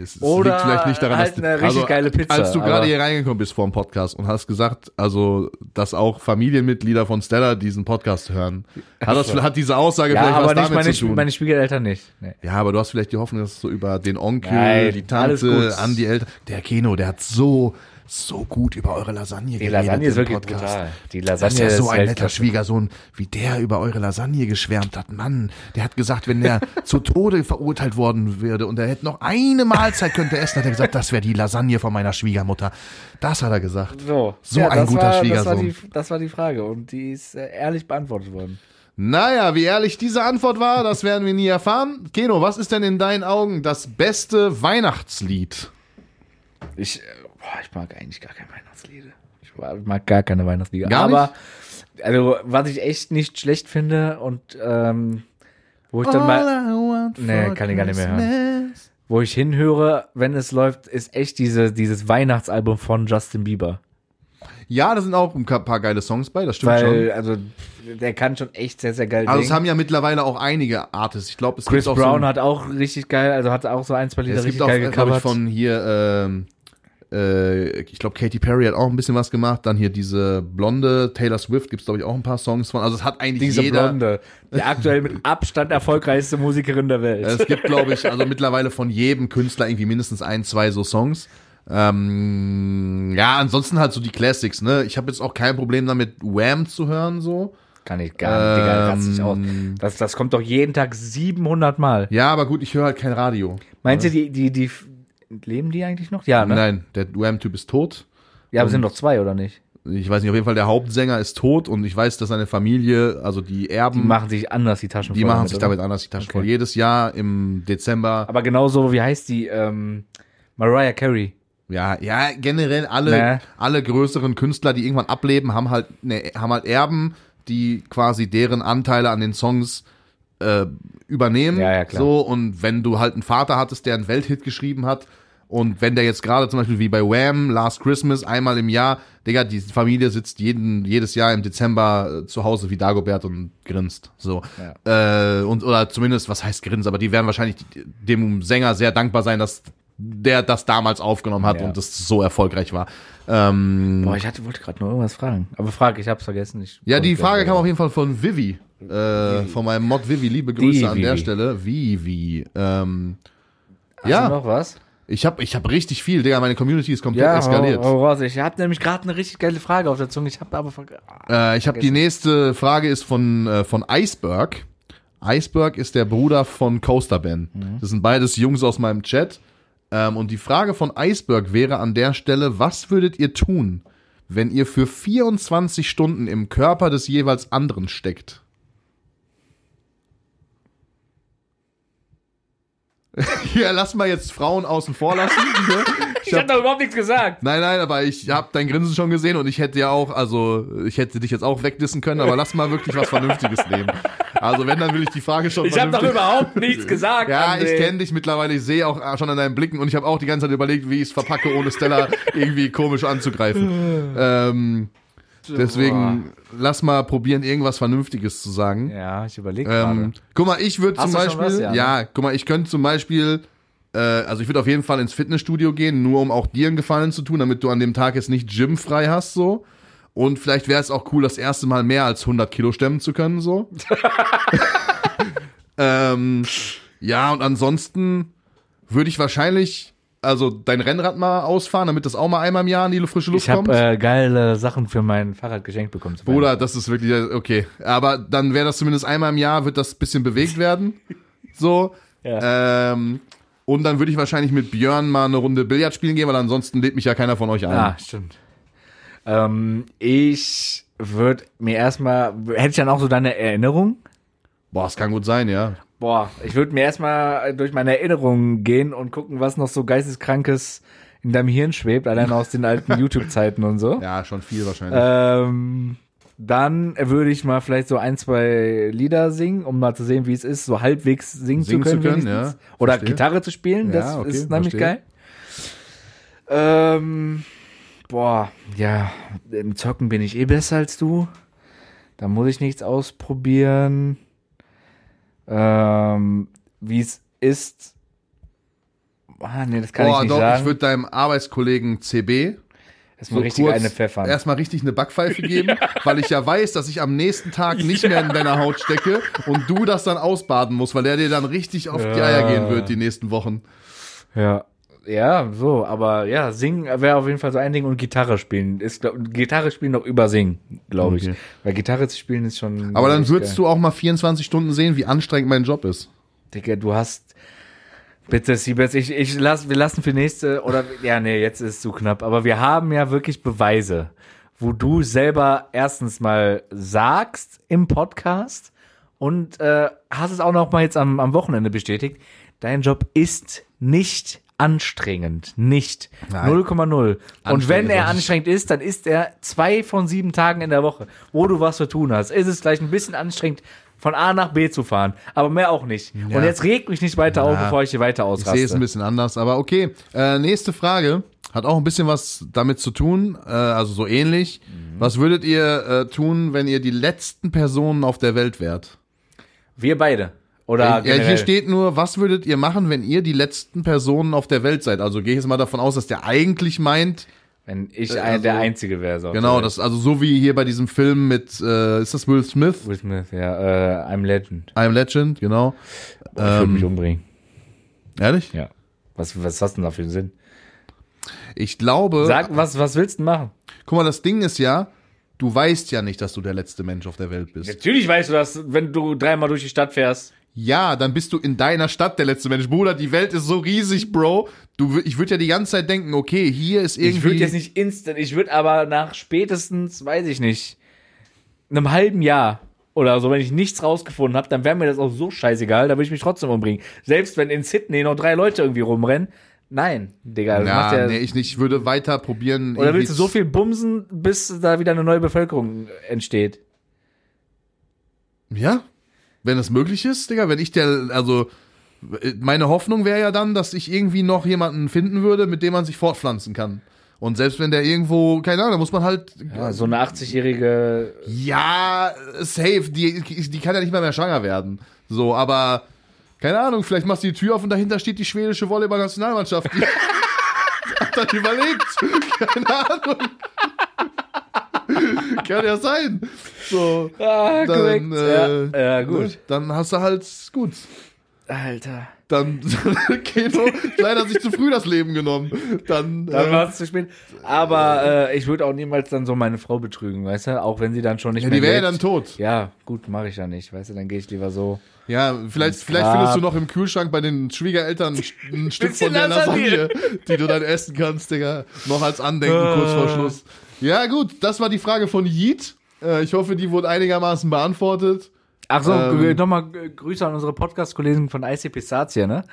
Speaker 1: Es, es
Speaker 2: Oder
Speaker 1: liegt vielleicht nicht daran,
Speaker 2: halt
Speaker 1: dass, Also,
Speaker 2: eine richtig geile Pizza,
Speaker 1: Als du
Speaker 2: aber-
Speaker 1: gerade hier reingekommen bist vor dem Podcast und hast gesagt, also, dass auch Familienmitglieder von Stella diesen Podcast hören, hat, das, hat diese Aussage
Speaker 2: Ja,
Speaker 1: vielleicht
Speaker 2: aber
Speaker 1: was
Speaker 2: nicht
Speaker 1: damit
Speaker 2: meine,
Speaker 1: zu tun?
Speaker 2: meine Schwiegereltern nicht. Nee.
Speaker 1: ja, aber du hast vielleicht die Hoffnung, dass es so über den Onkel,
Speaker 2: Nein,
Speaker 1: die
Speaker 2: alles
Speaker 1: Tante,
Speaker 2: gut.
Speaker 1: an die Eltern. Der Keno, der hat so, so gut über eure Lasagne
Speaker 2: Die
Speaker 1: geredet.
Speaker 2: Lasagne ist
Speaker 1: im
Speaker 2: wirklich
Speaker 1: Podcast.
Speaker 2: brutal. Die
Speaker 1: Das ist
Speaker 2: Lasagne halt
Speaker 1: ja so ein netter
Speaker 2: Weltklasse.
Speaker 1: Schwiegersohn, wie der über eure Lasagne geschwärmt hat. Mann, der hat gesagt, wenn er zu Tode verurteilt worden würde und er hätte noch eine Mahlzeit könnte er essen, hat er gesagt, das wäre die Lasagne von meiner Schwiegermutter. Das hat er gesagt.
Speaker 2: So,
Speaker 1: So ein
Speaker 2: das
Speaker 1: guter
Speaker 2: war, Das war,
Speaker 1: Schwiegersohn.
Speaker 2: die, das war die Frage und die ist äh, ehrlich beantwortet worden.
Speaker 1: Naja, wie ehrlich diese Antwort war, das werden wir nie erfahren. Keno, was ist denn in deinen Augen das beste Weihnachtslied?
Speaker 2: Ich, äh, boah, ich mag eigentlich gar keine Weihnachtslieder. Ich wa- mag gar keine Weihnachtslieder.
Speaker 1: Gar
Speaker 2: Aber, also, was ich echt nicht schlecht finde und ähm, Wo ich dann mal,
Speaker 1: All I want
Speaker 2: Nee,
Speaker 1: for
Speaker 2: kann ich gar nicht mehr hören.
Speaker 1: Christmas.
Speaker 2: wo ich hinhöre, wenn es läuft, ist echt diese, dieses Weihnachtsalbum von Justin Bieber.
Speaker 1: Ja, da sind auch ein paar geile Songs bei, das stimmt
Speaker 2: Weil,
Speaker 1: schon.
Speaker 2: also, der kann schon echt sehr, sehr geil
Speaker 1: Also es
Speaker 2: singen.
Speaker 1: haben ja mittlerweile auch einige Artists. Ich glaube, es
Speaker 2: Chris
Speaker 1: gibt auch
Speaker 2: Brown
Speaker 1: so,
Speaker 2: hat auch richtig geil, also hat auch so ein, zwei Lieder
Speaker 1: es
Speaker 2: richtig
Speaker 1: gibt auch, glaube
Speaker 2: geil
Speaker 1: ich,
Speaker 2: gecovert.
Speaker 1: von hier, ähm, äh, ich glaube, Katy Perry hat auch ein bisschen was gemacht. Dann hier diese blonde Taylor Swift gibt es, glaube ich, auch ein paar Songs von. Also es hat eigentlich
Speaker 2: Diese
Speaker 1: jeder.
Speaker 2: Blonde, die aktuell mit Abstand erfolgreichste Musikerin der Welt.
Speaker 1: Es gibt, glaube ich, also mittlerweile von jedem Künstler irgendwie mindestens ein, zwei so Songs. Ähm, ja, ansonsten halt so die Classics, ne? Ich habe jetzt auch kein Problem damit, Wham zu hören, so.
Speaker 2: Kann ich gar nicht, Digga, rast ich aus.
Speaker 1: Ähm.
Speaker 2: Das, das kommt doch jeden Tag 700 Mal.
Speaker 1: Ja, aber gut, ich höre halt kein Radio.
Speaker 2: Meinst du, die, die, die, leben die eigentlich noch? Ja, ne?
Speaker 1: Nein, der Wham-Typ ist tot.
Speaker 2: ja, aber sind doch zwei, oder nicht?
Speaker 1: Ich weiß nicht, auf jeden Fall, der Hauptsänger ist tot und ich weiß, dass seine Familie, also die Erben,
Speaker 2: Die machen sich anders die Taschen
Speaker 1: die
Speaker 2: voll
Speaker 1: machen
Speaker 2: damit,
Speaker 1: sich
Speaker 2: oder?
Speaker 1: damit anders die Taschen
Speaker 2: Okay.
Speaker 1: voll. Jedes Jahr im Dezember,
Speaker 2: Aber genauso, wie heißt die, ähm, Mariah Carey.
Speaker 1: ja, ja, generell alle,
Speaker 2: Nee.
Speaker 1: alle größeren Künstler, die irgendwann ableben, haben halt, ne, haben halt Erben, die quasi deren Anteile an den Songs äh, übernehmen.
Speaker 2: Ja, ja, klar.
Speaker 1: So, und wenn du halt einen Vater hattest, der einen Welthit geschrieben hat, und wenn der jetzt gerade zum Beispiel wie bei Wham, Last Christmas, einmal im Jahr, Digga, die Familie sitzt jeden, jedes Jahr im Dezember äh, zu Hause wie Dagobert und grinst. So. Äh, und, oder zumindest, was heißt grinst, aber die werden wahrscheinlich dem Sänger sehr dankbar sein, dass der das damals aufgenommen hat
Speaker 2: Ja.
Speaker 1: und das so erfolgreich war. Ähm,
Speaker 2: Boah, ich hatte, wollte gerade noch irgendwas fragen. Aber frag, ich hab's vergessen. Ich
Speaker 1: ja, die
Speaker 2: wollte-
Speaker 1: Frage kam auf jeden Fall von Vivi. Äh, von meinem Mod Vivi. Liebe Grüße an der
Speaker 2: Vivi.
Speaker 1: Stelle. Vivi. Ähm,
Speaker 2: Hast
Speaker 1: ja,
Speaker 2: du Also noch was?
Speaker 1: ich habe ich hab richtig viel, Digga. Meine Community ist komplett
Speaker 2: Ja,
Speaker 1: eskaliert.
Speaker 2: hau, hau raus. Ich hab nämlich gerade eine richtig geile Frage auf der Zunge. Ich hab aber vergessen.
Speaker 1: Äh, ich habe die nächste Frage ist von, äh, von Iceberg. Iceberg ist der Bruder von Coaster Ben. Das sind beides Jungs aus meinem Chat. Ähm, und die Frage von Iceberg wäre an der Stelle, was würdet ihr tun, wenn ihr für 24 Stunden im Körper des jeweils anderen steckt? ja, lass mal jetzt Frauen außen vor lassen. ne?
Speaker 2: Ich hab doch überhaupt nichts gesagt.
Speaker 1: Nein, nein, aber ich habe dein Grinsen schon gesehen und ich hätte ja auch, also ich hätte dich jetzt auch wegdissen können, aber lass mal wirklich was Vernünftiges nehmen. Also wenn, dann will ich die Frage schon
Speaker 2: Ich hab doch
Speaker 1: vernünftig-
Speaker 2: überhaupt nichts gesagt.
Speaker 1: Ja,
Speaker 2: André.
Speaker 1: ich kenne dich mittlerweile, ich sehe auch äh, schon an deinen Blicken und ich habe auch die ganze Zeit überlegt, wie ich es verpacke, ohne Stella irgendwie komisch anzugreifen. Ähm, deswegen lass mal probieren, irgendwas Vernünftiges zu sagen.
Speaker 2: Ja, ich überlege
Speaker 1: Ähm, guck mal, ich würde
Speaker 2: Hast
Speaker 1: zum
Speaker 2: du schon
Speaker 1: Beispiel,
Speaker 2: was? Ja,
Speaker 1: ja,
Speaker 2: ne?
Speaker 1: guck mal, ich könnte zum Beispiel, äh, also ich würde auf jeden Fall ins Fitnessstudio gehen, nur um auch dir einen Gefallen zu tun, damit du an dem Tag jetzt nicht Gym frei hast, so. Und vielleicht wäre es auch cool, das erste Mal mehr als 100 Kilo stemmen zu können, so. ähm, ja, und ansonsten würde ich wahrscheinlich, also dein Rennrad mal ausfahren, damit das auch mal einmal im Jahr in die frische Luft
Speaker 2: Ich hab
Speaker 1: kommt.
Speaker 2: äh, geile Sachen für mein Fahrrad geschenkt bekommen. zu
Speaker 1: Bruder, das ist wirklich, okay. Aber dann wäre das zumindest einmal im Jahr, wird das bisschen bewegt werden. So. Ähm, und dann würde ich wahrscheinlich mit Björn mal eine Runde Billard spielen gehen, weil ansonsten lädt mich ja keiner von euch ein.
Speaker 2: Ah, stimmt. Ähm, ich würde mir erstmal, hätte ich dann auch so deine Erinnerung?
Speaker 1: Boah, es kann gut sein, ja.
Speaker 2: Boah, ich würde mir erstmal durch meine Erinnerungen gehen und gucken, was noch so geisteskrankes in deinem Hirn schwebt, allein aus den alten YouTube-Zeiten und so.
Speaker 1: Ja, schon viel wahrscheinlich.
Speaker 2: Ähm, dann würde ich mal vielleicht so ein, zwei Lieder singen, um mal zu sehen, wie es ist, so halbwegs singen,
Speaker 1: Singen zu
Speaker 2: zu können.
Speaker 1: können,
Speaker 2: wenigstens.
Speaker 1: ja.
Speaker 2: Oder
Speaker 1: Verstehe.
Speaker 2: Gitarre zu spielen,
Speaker 1: Ja,
Speaker 2: das
Speaker 1: okay,
Speaker 2: ist nämlich
Speaker 1: verstehe.
Speaker 2: geil. Ähm, boah, ja, im Zocken bin ich eh besser als du. Da muss ich nichts ausprobieren. Ähm, wie es ist. Ah, nee, das kann ich
Speaker 1: Boah,
Speaker 2: nicht
Speaker 1: doch, ich
Speaker 2: sagen.
Speaker 1: würde deinem Arbeitskollegen CB
Speaker 2: Erstmal
Speaker 1: so
Speaker 2: richtig
Speaker 1: kurz
Speaker 2: eine ne? pfeffern.
Speaker 1: erstmal richtig eine Backpfeife geben, weil ich ja weiß, dass ich am nächsten Tag nicht mehr in deiner Haut stecke und du das dann ausbaden musst, weil der dir dann richtig auf die
Speaker 2: Ja.
Speaker 1: Eier gehen wird die nächsten Wochen.
Speaker 2: Ja. Ja, so, aber ja, singen wäre auf jeden Fall so ein Ding und Gitarre spielen. Ist, glaub, Gitarre spielen noch über singen, glaube ich.
Speaker 1: Okay.
Speaker 2: Weil Gitarre zu spielen ist schon.
Speaker 1: Aber dann würdest du auch mal 24 Stunden sehen, wie anstrengend mein Job ist.
Speaker 2: Digga, du hast. Bitte, Siebes, ich, ich lass, wir lassen für nächste. Oder. Ja, nee, jetzt ist es zu knapp. Aber wir haben ja wirklich Beweise, wo du selber erstens mal sagst im Podcast und äh, hast es auch noch mal jetzt am, am Wochenende bestätigt. Dein Job ist nicht anstrengend. Nicht. 0,0. Und
Speaker 1: Anstrengend ist
Speaker 2: wenn er
Speaker 1: er nicht.
Speaker 2: anstrengend ist, dann ist er zwei von sieben Tagen in der Woche, wo du was zu tun hast. Ist es gleich ein bisschen anstrengend, von A nach B zu fahren. Aber mehr auch nicht. Und jetzt regt mich nicht weiter auf,
Speaker 1: Ja.
Speaker 2: bevor ich hier weiter
Speaker 1: Ich sehe es ein
Speaker 2: ausraste.
Speaker 1: bisschen anders, aber okay. Äh, nächste Frage hat auch ein bisschen was damit zu tun, äh, also so ähnlich.
Speaker 2: Mhm.
Speaker 1: Was würdet ihr äh, tun, wenn ihr die letzten Personen auf der Welt wärt? Äh,
Speaker 2: Wir beide. Oder
Speaker 1: ja,
Speaker 2: generell.
Speaker 1: hier steht nur, was würdet ihr machen, wenn ihr die letzten Personen auf der Welt seid? Also gehe ich jetzt mal davon aus, dass der eigentlich meint,
Speaker 2: wenn ich
Speaker 1: Äh,
Speaker 2: ein, der
Speaker 1: also-
Speaker 2: Einzige wäre. So
Speaker 1: genau, das also so wie hier bei diesem Film mit, äh, ist das Will Smith?
Speaker 2: Will Smith, ja, äh, I'm Legend.
Speaker 1: I'm Legend, genau.
Speaker 2: Ich würde mich umbringen.
Speaker 1: Ehrlich?
Speaker 2: Ja. Was, was hast du denn da für einen Sinn?
Speaker 1: Ich glaube,
Speaker 2: Sag, was, was willst du denn machen?
Speaker 1: guck mal, das Ding ist ja, du weißt ja nicht, dass du der letzte Mensch auf der Welt bist.
Speaker 2: Natürlich weißt du das, wenn du dreimal durch die Stadt fährst.
Speaker 1: Ja, dann bist du in deiner Stadt der letzte Mensch. Bruder, die Welt ist so riesig, Bro. Du, wür- ich würde ja die ganze Zeit denken, okay, hier ist irgendwie.
Speaker 2: Ich würde jetzt nicht instant, ich würde aber nach spätestens, weiß ich nicht, einem halben Jahr oder so, wenn ich nichts rausgefunden habe, dann wäre mir das auch so scheißegal, da würde ich mich trotzdem umbringen. Selbst wenn in Sydney noch drei Leute irgendwie rumrennen. Nein, Digga, das macht
Speaker 1: ja,
Speaker 2: ja.
Speaker 1: nee, ich nicht. Ich würde weiter probieren.
Speaker 2: oder
Speaker 1: irgendwie
Speaker 2: willst du so
Speaker 1: z-
Speaker 2: viel bumsen, bis da wieder eine neue Bevölkerung entsteht?
Speaker 1: Ja, wenn das möglich ist, Digga. Wenn ich der, also äh, meine Hoffnung wäre ja dann, dass ich irgendwie noch jemanden finden würde, mit dem man sich fortpflanzen kann. Und selbst wenn der irgendwo, keine Ahnung, da muss man halt.
Speaker 2: Ja, so eine 80-jährige.
Speaker 1: Ja, safe. Die, die kann ja nicht mal mehr schwanger werden. So, aber keine Ahnung, vielleicht machst du die Tür auf und dahinter steht die schwedische Volleyball-Nationalmannschaft. Die hat dann überlegt. Keine Ahnung. kann ja sein. So.
Speaker 2: Ah,
Speaker 1: Dann, äh, ne?
Speaker 2: ja, ja, gut.
Speaker 1: Dann hast du halt gut.
Speaker 2: Alter.
Speaker 1: Dann Keto leider sich zu früh das Leben genommen. Dann,
Speaker 2: Dann
Speaker 1: äh,
Speaker 2: war es zu spät. Aber äh, ich würde auch niemals dann so meine Frau betrügen, weißt du? Auch wenn sie dann schon nicht
Speaker 1: ja,
Speaker 2: mehr
Speaker 1: die wäre ja
Speaker 2: lebt.
Speaker 1: dann tot.
Speaker 2: Ja, gut, mache ich ja nicht, weißt du? Dann gehe ich lieber so.
Speaker 1: Ja, vielleicht, vielleicht
Speaker 2: Grab.
Speaker 1: findest du noch im Kühlschrank bei den Schwiegereltern ein St- ein Stück von der
Speaker 2: Lasagne.
Speaker 1: Lasagne, die du dann essen kannst, Digga. Noch als Andenken
Speaker 2: Äh.
Speaker 1: kurz vor Schluss. Ja, gut, das war die Frage von Yeet. Äh, Ich hoffe, die wurde einigermaßen beantwortet.
Speaker 2: Ach so,
Speaker 1: Ähm.
Speaker 2: nochmal äh, Grüße an unsere Podcast-Kollegen von IC Pistazie, ne?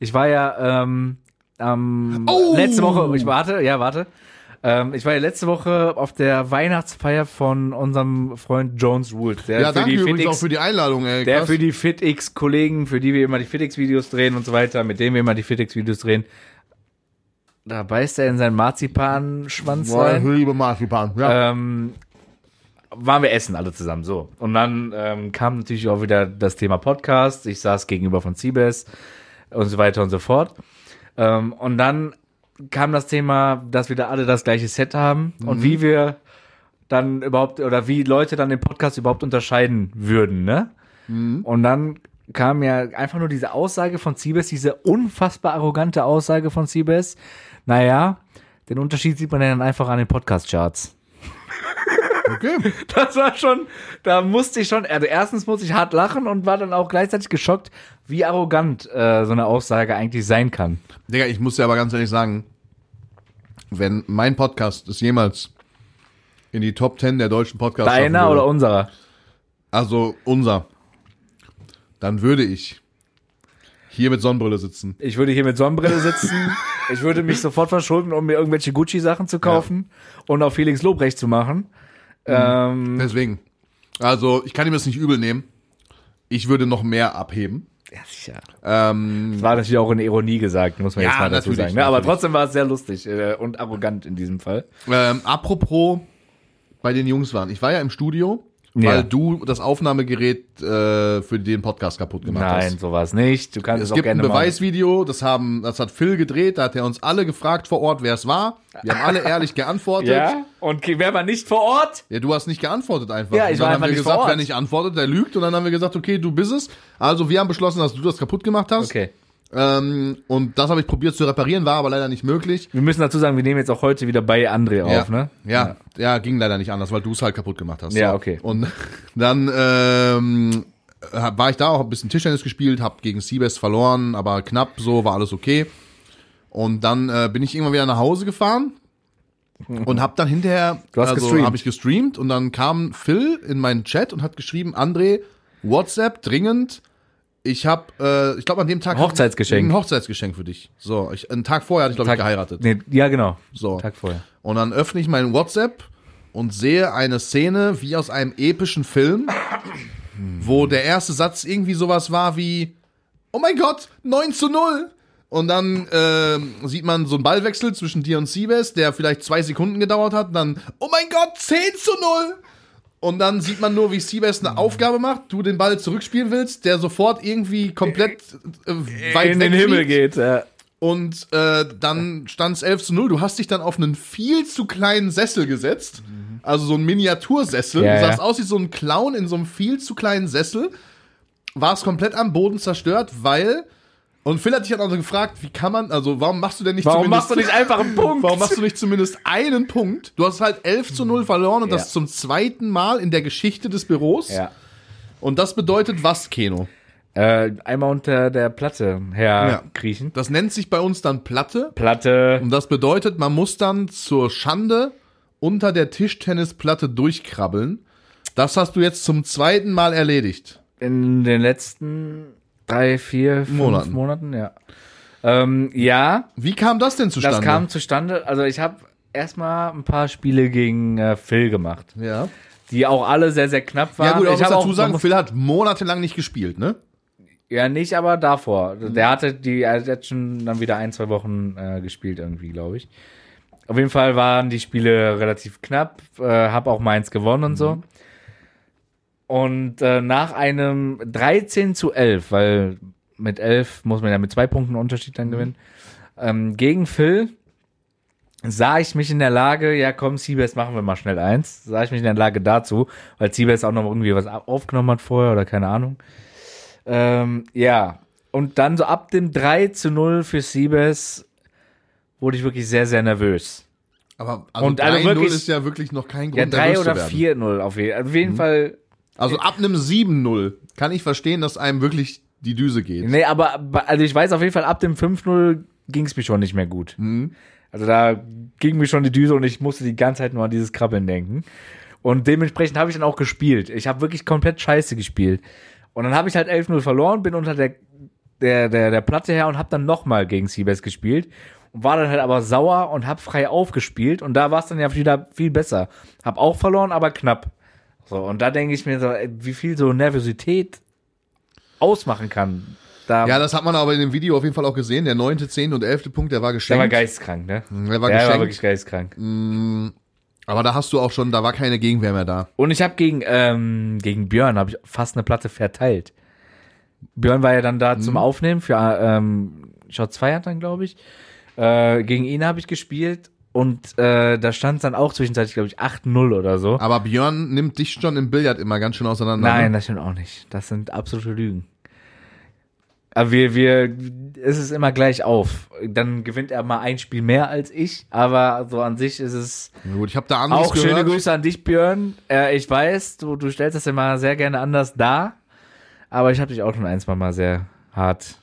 Speaker 2: Ich war ja ähm, ähm,
Speaker 1: Oh!
Speaker 2: letzte Woche, ich warte, ja, warte. Ähm, ich war ja letzte Woche auf der Weihnachtsfeier von unserem Freund Jones Wood. Der
Speaker 1: Ja, danke übrigens
Speaker 2: FitX
Speaker 1: auch für die Einladung, ey.
Speaker 2: Der
Speaker 1: Krass.
Speaker 2: für die FitX-Kollegen, für die wir immer die FitX-Videos drehen und so weiter, mit denen wir immer die FitX-Videos drehen. Da beißt er in seinen Marzipan-Schwanz
Speaker 1: Boah, ich
Speaker 2: rein.
Speaker 1: liebe Marzipan. Ja.
Speaker 2: Ähm, waren wir essen alle zusammen, so. Und dann ähm, kam natürlich auch wieder das Thema Podcast. Ich saß gegenüber von Siebes und so weiter und so fort. Ähm, und dann kam das Thema, dass wir da alle das gleiche Set haben und wie wir dann überhaupt oder wie Leute dann den Podcast überhaupt unterscheiden würden, ne? Und dann kam ja einfach nur diese Aussage von Siebes, diese unfassbar arrogante Aussage von Siebes. Naja, den Unterschied sieht man ja dann einfach an den Podcast-Charts.
Speaker 1: Okay.
Speaker 2: Das war schon, da musste ich schon, also erstens musste ich hart lachen und war dann auch gleichzeitig geschockt, wie arrogant äh, so eine Aussage eigentlich sein kann.
Speaker 1: Digga, ich muss dir aber ganz ehrlich sagen, wenn mein Podcast es jemals in die Top 10 der deutschen Podcasts
Speaker 2: Deiner oder unserer?
Speaker 1: Also unser. Dann würde ich hier mit Sonnenbrille sitzen.
Speaker 2: Ich würde hier mit Sonnenbrille sitzen. ich würde mich sofort verschulden, um mir irgendwelche Gucci-Sachen zu kaufen und auf Felix Lobrecht zu machen. Ähm,
Speaker 1: Deswegen. Also, ich kann ihm das nicht übel nehmen. Ich würde noch mehr abheben.
Speaker 2: ja, sicher.
Speaker 1: Ähm,
Speaker 2: Das war natürlich auch in Ironie gesagt, muss man
Speaker 1: Ja,
Speaker 2: jetzt mal dazu
Speaker 1: natürlich,
Speaker 2: sagen. Ne? Aber
Speaker 1: natürlich.
Speaker 2: trotzdem war es sehr lustig äh, und arrogant in diesem Fall.
Speaker 1: ähm, apropos bei den Jungs waren. Ich war ja im Studio, weil
Speaker 2: Ja.
Speaker 1: du das Aufnahmegerät äh, für den Podcast kaputt gemacht hast.
Speaker 2: Nein, so war es nicht. Du kannst es,
Speaker 1: Es
Speaker 2: auch
Speaker 1: gibt ein
Speaker 2: gerne
Speaker 1: Beweisvideo, das, haben, das hat Phil gedreht, da hat er uns alle gefragt vor Ort, wer es war. Wir haben alle ehrlich
Speaker 2: mal.
Speaker 1: geantwortet.
Speaker 2: Ja, und wer war nicht vor Ort?
Speaker 1: Ja, du hast nicht geantwortet einfach.
Speaker 2: Ja, ich
Speaker 1: und dann haben
Speaker 2: war einfach
Speaker 1: wir
Speaker 2: nicht vor
Speaker 1: gesagt,
Speaker 2: Ort.
Speaker 1: wer nicht antwortet, der lügt. Und dann haben wir gesagt, okay, du bist es. Also wir haben beschlossen, dass du das kaputt gemacht hast.
Speaker 2: Okay.
Speaker 1: Ähm, und das habe ich probiert zu reparieren, war aber leider nicht möglich.
Speaker 2: Wir müssen dazu sagen, wir nehmen jetzt auch heute wieder bei André
Speaker 1: ja.
Speaker 2: auf, ne?
Speaker 1: Ja, ja, ging leider nicht anders, weil du es halt kaputt gemacht hast.
Speaker 2: Ja,
Speaker 1: So.
Speaker 2: okay.
Speaker 1: Und dann ähm, hab- war ich da auch ein bisschen Tischtennis gespielt, habe gegen Siebes verloren, aber knapp so, war alles okay. Und dann äh, bin ich irgendwann wieder nach Hause gefahren und habe dann hinterher,
Speaker 2: Du hast
Speaker 1: also
Speaker 2: gestreamt.
Speaker 1: habe ich gestreamt und dann kam Phil in meinen Chat und hat geschrieben, André, WhatsApp dringend. Ich habe, äh, ich glaube an dem Tag
Speaker 2: Ein Hochzeitsgeschenk.
Speaker 1: ein Hochzeitsgeschenk für dich. So, ich, einen Tag vorher hatte ich glaube ich
Speaker 2: Tag-
Speaker 1: geheiratet.
Speaker 2: Nee, ja, genau.
Speaker 1: So.
Speaker 2: Tag vorher.
Speaker 1: Und dann öffne ich mein WhatsApp und sehe eine Szene wie aus einem epischen Film, wo der erste Satz irgendwie sowas war wie, oh mein Gott, 9 zu 0. Und dann ähm, sieht man so einen Ballwechsel zwischen dir und Siebes, der vielleicht zwei Sekunden gedauert hat. Und dann, oh mein Gott, 10 zu 0. Und dann sieht man nur, wie Siebes eine Aufgabe macht, du den Ball zurückspielen willst, der sofort irgendwie komplett äh, weit weg
Speaker 2: in den Himmel
Speaker 1: fliegt.
Speaker 2: geht. Ja.
Speaker 1: Und äh, dann stand es 11 zu 0. Du hast dich dann auf einen viel zu kleinen Sessel gesetzt. Also so einen Miniatursessel.
Speaker 2: Ja,
Speaker 1: du sahst
Speaker 2: ja.
Speaker 1: aus wie so ein Clown in so einem viel zu kleinen Sessel. Warst komplett am Boden zerstört, weil. Und Phil hat dich dann also gefragt, wie kann man, also warum machst du denn nicht
Speaker 2: Warum
Speaker 1: zumindest-
Speaker 2: machst du nicht einfach einen Punkt?
Speaker 1: Warum machst du nicht zumindest einen Punkt? Du hast halt 11 zu 0 verloren und
Speaker 2: Ja.
Speaker 1: das zum zweiten Mal in der Geschichte des Büros.
Speaker 2: ja.
Speaker 1: Und das bedeutet was, Keno?
Speaker 2: Äh, einmal unter der Platte her
Speaker 1: Ja.
Speaker 2: kriechen.
Speaker 1: Das nennt sich bei uns dann Platte.
Speaker 2: Platte.
Speaker 1: Und das bedeutet, man muss dann zur Schande unter der Tischtennisplatte durchkrabbeln. Das hast du jetzt zum zweiten Mal erledigt.
Speaker 2: In den letzten drei, vier, fünf
Speaker 1: Monaten.
Speaker 2: Monaten, ja. Ähm, ja,
Speaker 1: Wie kam das denn zustande?
Speaker 2: das kam zustande. Also ich habe erstmal ein paar Spiele gegen äh, Phil gemacht,
Speaker 1: ja.
Speaker 2: die auch alle sehr, sehr knapp waren.
Speaker 1: ja gut, aber ich muss
Speaker 2: hab
Speaker 1: dazu sagen,
Speaker 2: man muss-
Speaker 1: Phil hat monatelang nicht gespielt, ne?
Speaker 2: ja nicht, aber davor. Der hatte die, er hat schon dann wieder ein, zwei Wochen äh, gespielt irgendwie, glaube ich. Auf jeden Fall waren die Spiele relativ knapp, äh, habe auch meins gewonnen und so. Und äh, nach einem 13 zu 11, weil mit 11 muss man ja mit zwei Punkten Unterschied dann gewinnen, ähm, gegen Phil sah ich mich in der Lage, ja komm, Siebes, machen wir mal schnell eins. Sah ich mich in der Lage dazu, weil Siebes auch noch irgendwie was au- aufgenommen hat vorher oder keine Ahnung. Ähm, ja, und dann so ab dem 3 zu 0 für Siebes wurde ich wirklich sehr, sehr nervös.
Speaker 1: Aber also
Speaker 2: Und also
Speaker 1: 3-0
Speaker 2: wirklich-
Speaker 1: ist ja wirklich noch kein Grund,
Speaker 2: Ja, 3
Speaker 1: nervös
Speaker 2: oder
Speaker 1: zu werden. Mhm.
Speaker 2: 4-0 auf jeden Fall. Auf jeden Fall
Speaker 1: Also ab einem 7-0 kann ich verstehen, dass einem wirklich die Düse geht.
Speaker 2: Nee, aber aber- also ich weiß auf jeden Fall, ab dem 5-0 ging es mir schon nicht mehr gut.
Speaker 1: Mhm.
Speaker 2: Also da ging mir schon die Düse und ich musste die ganze Zeit nur an dieses Krabbeln denken. Und dementsprechend habe ich dann auch gespielt. Ich habe wirklich komplett scheiße gespielt. Und dann habe ich halt 11-0 verloren, bin unter der, der, der, der Platte her und habe dann nochmal gegen Siebes gespielt. Und war dann halt aber sauer und habe frei aufgespielt. Und da war es dann ja wieder viel besser. Hab auch verloren, aber knapp. So, und da denke ich mir so, ey, wie viel so Nervosität ausmachen kann. Da
Speaker 1: Ja, das hat man aber in dem Video auf jeden Fall auch gesehen. Der neunte, zehnte und elfte Punkt, der war
Speaker 2: Der war
Speaker 1: geschenkt.
Speaker 2: geisteskrank, ne?
Speaker 1: Der war
Speaker 2: der war
Speaker 1: geschenkt.
Speaker 2: wirklich geisteskrank.
Speaker 1: aber da hast du auch schon, da war keine Gegenwehr mehr da.
Speaker 2: Und ich habe gegen, ähm, gegen Björn hab ich fast eine Platte verteilt. Björn war ja dann da zum Aufnehmen für ähm, Shot 2 hat dann, glaube ich. Äh, gegen ihn habe ich gespielt und äh, da stand dann auch zwischenzeitlich, glaube ich, 8-0 oder so.
Speaker 1: Aber Björn nimmt dich schon im Billard immer ganz schön auseinander. ne?
Speaker 2: Nein, das stimmt auch nicht. Das sind absolute Lügen. Aber wir, wir, es ist immer gleich auf. Dann gewinnt er mal ein Spiel mehr als ich, aber so an sich ist es.
Speaker 1: Na Gut, ich habe da anderes
Speaker 2: Auch
Speaker 1: gehört.
Speaker 2: schöne Grüße an dich, Björn. Äh, ich weiß, du, du stellst das immer sehr gerne anders dar, aber ich habe dich auch schon ein, zwei Mal sehr hart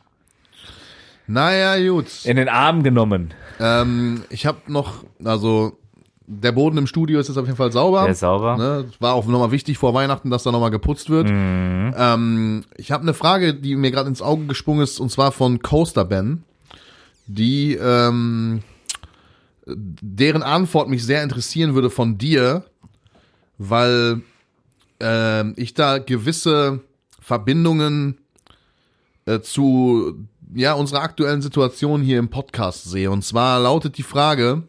Speaker 1: Naja, gut.
Speaker 2: in den Arm genommen.
Speaker 1: Ähm, ich habe noch, also der Boden im Studio ist jetzt auf jeden Fall sauber.
Speaker 2: Der ist sauber.
Speaker 1: Ne? Es War auch nochmal wichtig vor Weihnachten, dass da nochmal geputzt wird. Ähm, ich habe eine Frage, die mir gerade ins Auge gesprungen ist, und zwar von Coaster Ben, die ähm, deren Antwort mich sehr interessieren würde von dir, weil ähm, ich da gewisse Verbindungen äh, zu ja, unserer aktuellen Situation hier im Podcast sehe. Und zwar lautet die Frage,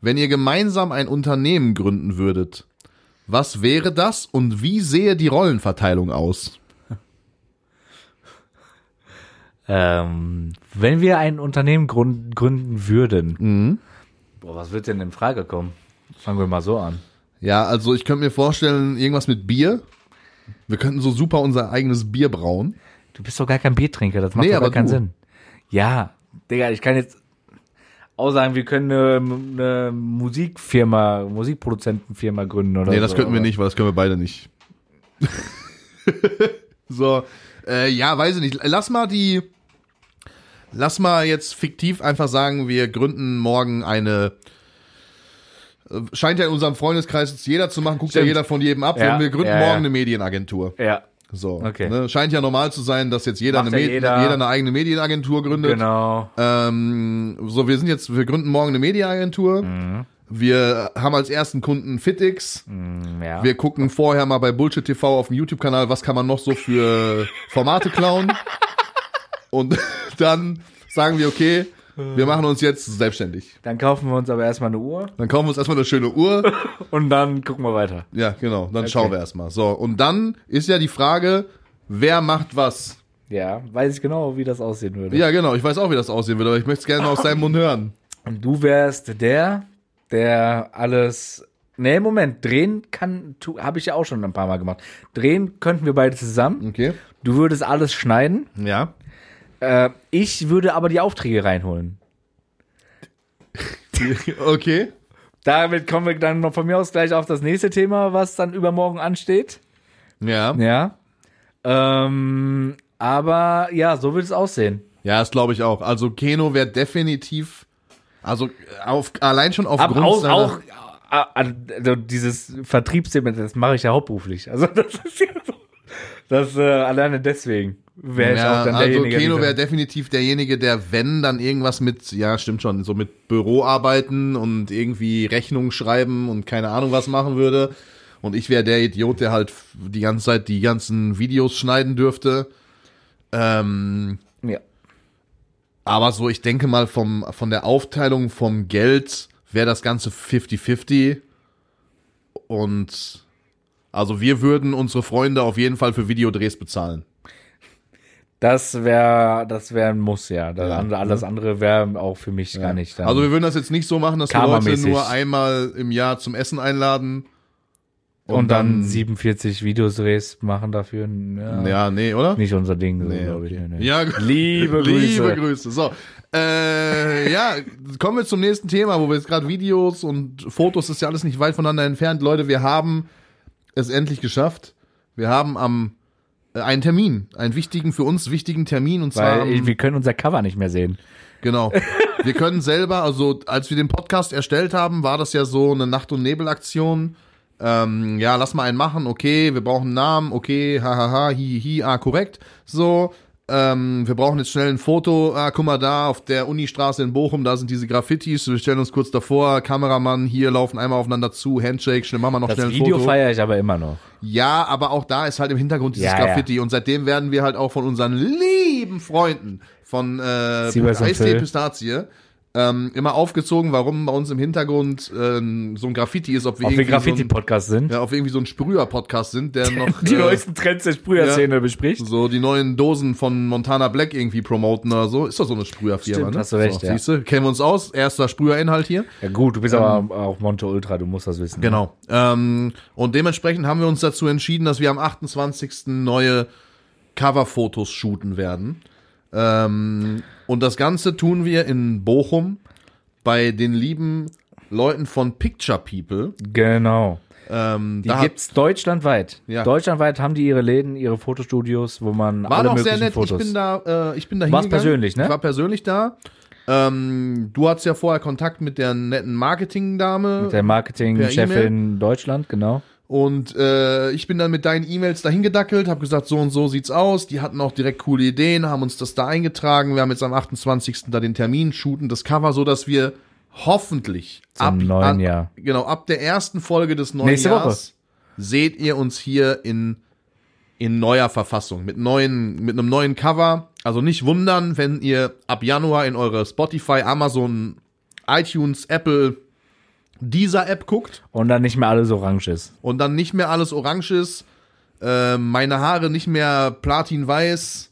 Speaker 1: wenn ihr gemeinsam ein Unternehmen gründen würdet, was wäre das und wie sehe die Rollenverteilung aus?
Speaker 2: Ähm, wenn wir ein Unternehmen grund, gründen würden,
Speaker 1: Mhm.
Speaker 2: boah, was wird denn in Frage kommen? Fangen wir mal so an.
Speaker 1: Ja, also ich könnte mir vorstellen, irgendwas mit Bier. Wir könnten so super unser eigenes Bier brauen.
Speaker 2: Du bist doch gar kein Biertrinker, das macht
Speaker 1: Nee,
Speaker 2: doch gar
Speaker 1: aber
Speaker 2: keinen
Speaker 1: du.
Speaker 2: Sinn. Ja, Digga, ich kann jetzt auch sagen, wir können eine, eine Musikfirma, Musikproduzentenfirma gründen oder
Speaker 1: Nee,
Speaker 2: so.
Speaker 1: das könnten wir
Speaker 2: Also, aber-
Speaker 1: nicht, weil das können wir beide nicht. so, äh, ja, weiß ich nicht. Lass mal die. Lass mal jetzt fiktiv einfach sagen, wir gründen morgen eine. äh, Scheint ja in unserem Freundeskreis jetzt jeder zu machen, guckt ja
Speaker 2: Stimmt.
Speaker 1: jeder von jedem ab.
Speaker 2: Ja,
Speaker 1: und wir gründen
Speaker 2: ja, ja.
Speaker 1: morgen eine Medienagentur.
Speaker 2: Ja,
Speaker 1: So.
Speaker 2: Okay.
Speaker 1: Ne? Scheint ja normal zu sein, dass jetzt jeder,
Speaker 2: Macht
Speaker 1: eine,
Speaker 2: ja
Speaker 1: Med-
Speaker 2: jeder.
Speaker 1: jeder eine eigene Medienagentur gründet.
Speaker 2: genau.
Speaker 1: Ähm, so, wir sind jetzt, wir gründen morgen eine Mediaagentur. Wir haben als ersten Kunden FitX.
Speaker 2: Mm, Mhm. Ja.
Speaker 1: Wir gucken vorher mal bei Bullshit TV auf dem YouTube-Kanal, was kann man noch so für Formate klauen. Und dann sagen wir, okay, wir machen uns jetzt selbstständig.
Speaker 2: Dann kaufen wir uns aber erstmal eine Uhr
Speaker 1: Dann kaufen wir uns erstmal eine schöne Uhr.
Speaker 2: und dann gucken wir weiter.
Speaker 1: Ja, genau. Dann schauen wir erstmal. So, und dann ist ja die Frage, wer macht was?
Speaker 2: Ja, weiß ich genau, wie das aussehen würde.
Speaker 1: Ja, genau. Ich weiß auch, wie das aussehen würde, aber ich möchte es gerne mal aus seinem Mund hören.
Speaker 2: Und du wärst der, der alles. Nee, Moment, drehen kann, habe ich ja auch schon ein paar Mal gemacht. Drehen könnten wir beide zusammen.
Speaker 1: Okay.
Speaker 2: Du würdest alles schneiden.
Speaker 1: Ja.
Speaker 2: Äh, ich würde aber die Aufträge reinholen.
Speaker 1: Okay.
Speaker 2: Damit kommen wir dann noch von mir aus gleich auf das nächste Thema, was dann übermorgen ansteht.
Speaker 1: Ja.
Speaker 2: Ja. Ähm, aber ja, so wird es aussehen.
Speaker 1: Ja, das glaube ich auch. Also Keno wäre definitiv, also auf, allein schon
Speaker 2: Aber
Speaker 1: aufgrund
Speaker 2: auch,
Speaker 1: seiner,
Speaker 2: auch a- a- also dieses Vertriebsthema, das mache ich ja hauptberuflich. Also das ist ja so. Das äh, alleine deswegen wäre ich
Speaker 1: ja,
Speaker 2: auch dann
Speaker 1: also
Speaker 2: derjenige.
Speaker 1: Keno
Speaker 2: die
Speaker 1: wäre
Speaker 2: dann-
Speaker 1: definitiv derjenige, der wenn dann irgendwas mit, ja stimmt schon, so mit Büroarbeiten und irgendwie Rechnungen schreiben und keine Ahnung was machen würde. Und ich wäre der Idiot, der halt die ganze Zeit die ganzen Videos schneiden dürfte. Ähm,
Speaker 2: ja.
Speaker 1: aber so, ich denke mal vom von der Aufteilung vom Geld wäre das Ganze 50-50. Und also wir würden unsere Freunde auf jeden Fall für Videodrehs bezahlen.
Speaker 2: Das wäre das wär ein Muss, ja. Das
Speaker 1: Ja. Mhm.
Speaker 2: Andere, alles andere wäre auch für mich gar nicht. Dann.
Speaker 1: Also wir würden das jetzt nicht so machen, dass wir Leute
Speaker 2: Karmamäßig.
Speaker 1: nur einmal im Jahr zum Essen einladen.
Speaker 2: und, dann, 47 Videodrehs machen dafür. Ja,
Speaker 1: Ja, nee, oder?
Speaker 2: Nicht unser Ding, so,
Speaker 1: Nee,
Speaker 2: glaube ich.
Speaker 1: okay.
Speaker 2: Nee, nee.
Speaker 1: Ja,
Speaker 2: Liebe Grüße.
Speaker 1: Liebe Grüße. So. Äh, ja, kommen wir zum nächsten Thema, wo wir jetzt gerade Videos und Fotos ist ja alles nicht weit voneinander entfernt. Leute, wir haben es endlich geschafft. Wir haben am äh, einen Termin, einen wichtigen, für uns wichtigen Termin und zwar
Speaker 2: Weil äh,
Speaker 1: am,
Speaker 2: wir können unser Cover nicht mehr sehen.
Speaker 1: genau. Wir können selber, also als wir den Podcast erstellt haben, war das ja so eine Nacht- und Nebel-Aktion. Ähm, ja, lass mal einen machen, okay, wir brauchen einen Namen, okay, hahaha, hi, hi, ah, korrekt. So, ähm, wir brauchen jetzt schnell ein Foto, ah, guck mal da, auf der Unistraße in Bochum, da sind diese Graffitis, wir stellen uns kurz davor, Kameramann, hier laufen einmal aufeinander zu, Handshake, schnell machen wir noch
Speaker 2: Das
Speaker 1: schnell ein
Speaker 2: Video
Speaker 1: Foto.
Speaker 2: feiere ich aber immer noch.
Speaker 1: Ja, aber auch da ist halt im Hintergrund dieses
Speaker 2: Ja, ja.
Speaker 1: Graffiti. Und seitdem werden wir halt auch von unseren lieben Freunden von äh,
Speaker 2: Sievers und
Speaker 1: Eistee
Speaker 2: Phil.
Speaker 1: Pistazie ähm, immer aufgezogen, warum bei uns im Hintergrund ähm, so ein Graffiti ist, ob wir,
Speaker 2: Ob wir
Speaker 1: irgendwie, so ein,
Speaker 2: Graffiti-Podcast sind.
Speaker 1: ja, ob wir irgendwie so ein Sprüher-Podcast sind, der noch
Speaker 2: Die
Speaker 1: äh,
Speaker 2: neuesten Trends der Sprüherszene bespricht.
Speaker 1: so die neuen Dosen von Montana Black irgendwie promoten oder so. Ist doch so eine Sprüherfirma,
Speaker 2: Stimmt,
Speaker 1: ne?
Speaker 2: hast du recht,
Speaker 1: so,
Speaker 2: ja.
Speaker 1: Siehste, kennen wir uns aus. Erster Sprüherinhalt hier.
Speaker 2: Ja gut, du bist aber auch Monte Ultra, du musst das wissen.
Speaker 1: Ähm,
Speaker 2: ne?
Speaker 1: Genau. Ähm, und dementsprechend haben wir uns dazu entschieden, dass wir am 28. neue Coverfotos shooten werden. Ähm, und das Ganze tun wir in Bochum bei den lieben Leuten von Picture People.
Speaker 2: Genau.
Speaker 1: Ähm,
Speaker 2: Die
Speaker 1: da hat,
Speaker 2: gibt's deutschlandweit.
Speaker 1: Ja.
Speaker 2: Deutschlandweit haben die ihre Läden, ihre Fotostudios, wo man
Speaker 1: war
Speaker 2: alle
Speaker 1: doch
Speaker 2: möglichen
Speaker 1: sehr nett.
Speaker 2: Fotos.
Speaker 1: Ich bin da, äh, ich bin da
Speaker 2: Warst persönlich, ne?
Speaker 1: Ich war persönlich da. Ähm, du hattest ja vorher Kontakt mit der netten Marketing-Dame. per
Speaker 2: der
Speaker 1: E-Mail.
Speaker 2: Marketingchefin Deutschland, genau.
Speaker 1: Und äh, ich bin dann mit deinen E-Mails dahin gedackelt, habe gesagt, so und so sieht's aus. Die hatten auch direkt coole Ideen, haben uns das da eingetragen. Wir haben jetzt am 28. da den Termin, shooten das Cover, so dass wir hoffentlich
Speaker 2: Zum neuen
Speaker 1: an-
Speaker 2: Jahr.
Speaker 1: Genau, ab der ersten Folge des neuen
Speaker 2: Nächste
Speaker 1: Jahres seht ihr uns hier in in neuer Verfassung, mit neuen, mit einem neuen Cover. Also nicht wundern, wenn ihr ab Januar in eure Spotify, Amazon, iTunes, Apple, dieser App guckt
Speaker 2: Und dann nicht mehr alles orange ist.
Speaker 1: und dann nicht mehr alles orange ist, äh, meine Haare nicht mehr platinweiß,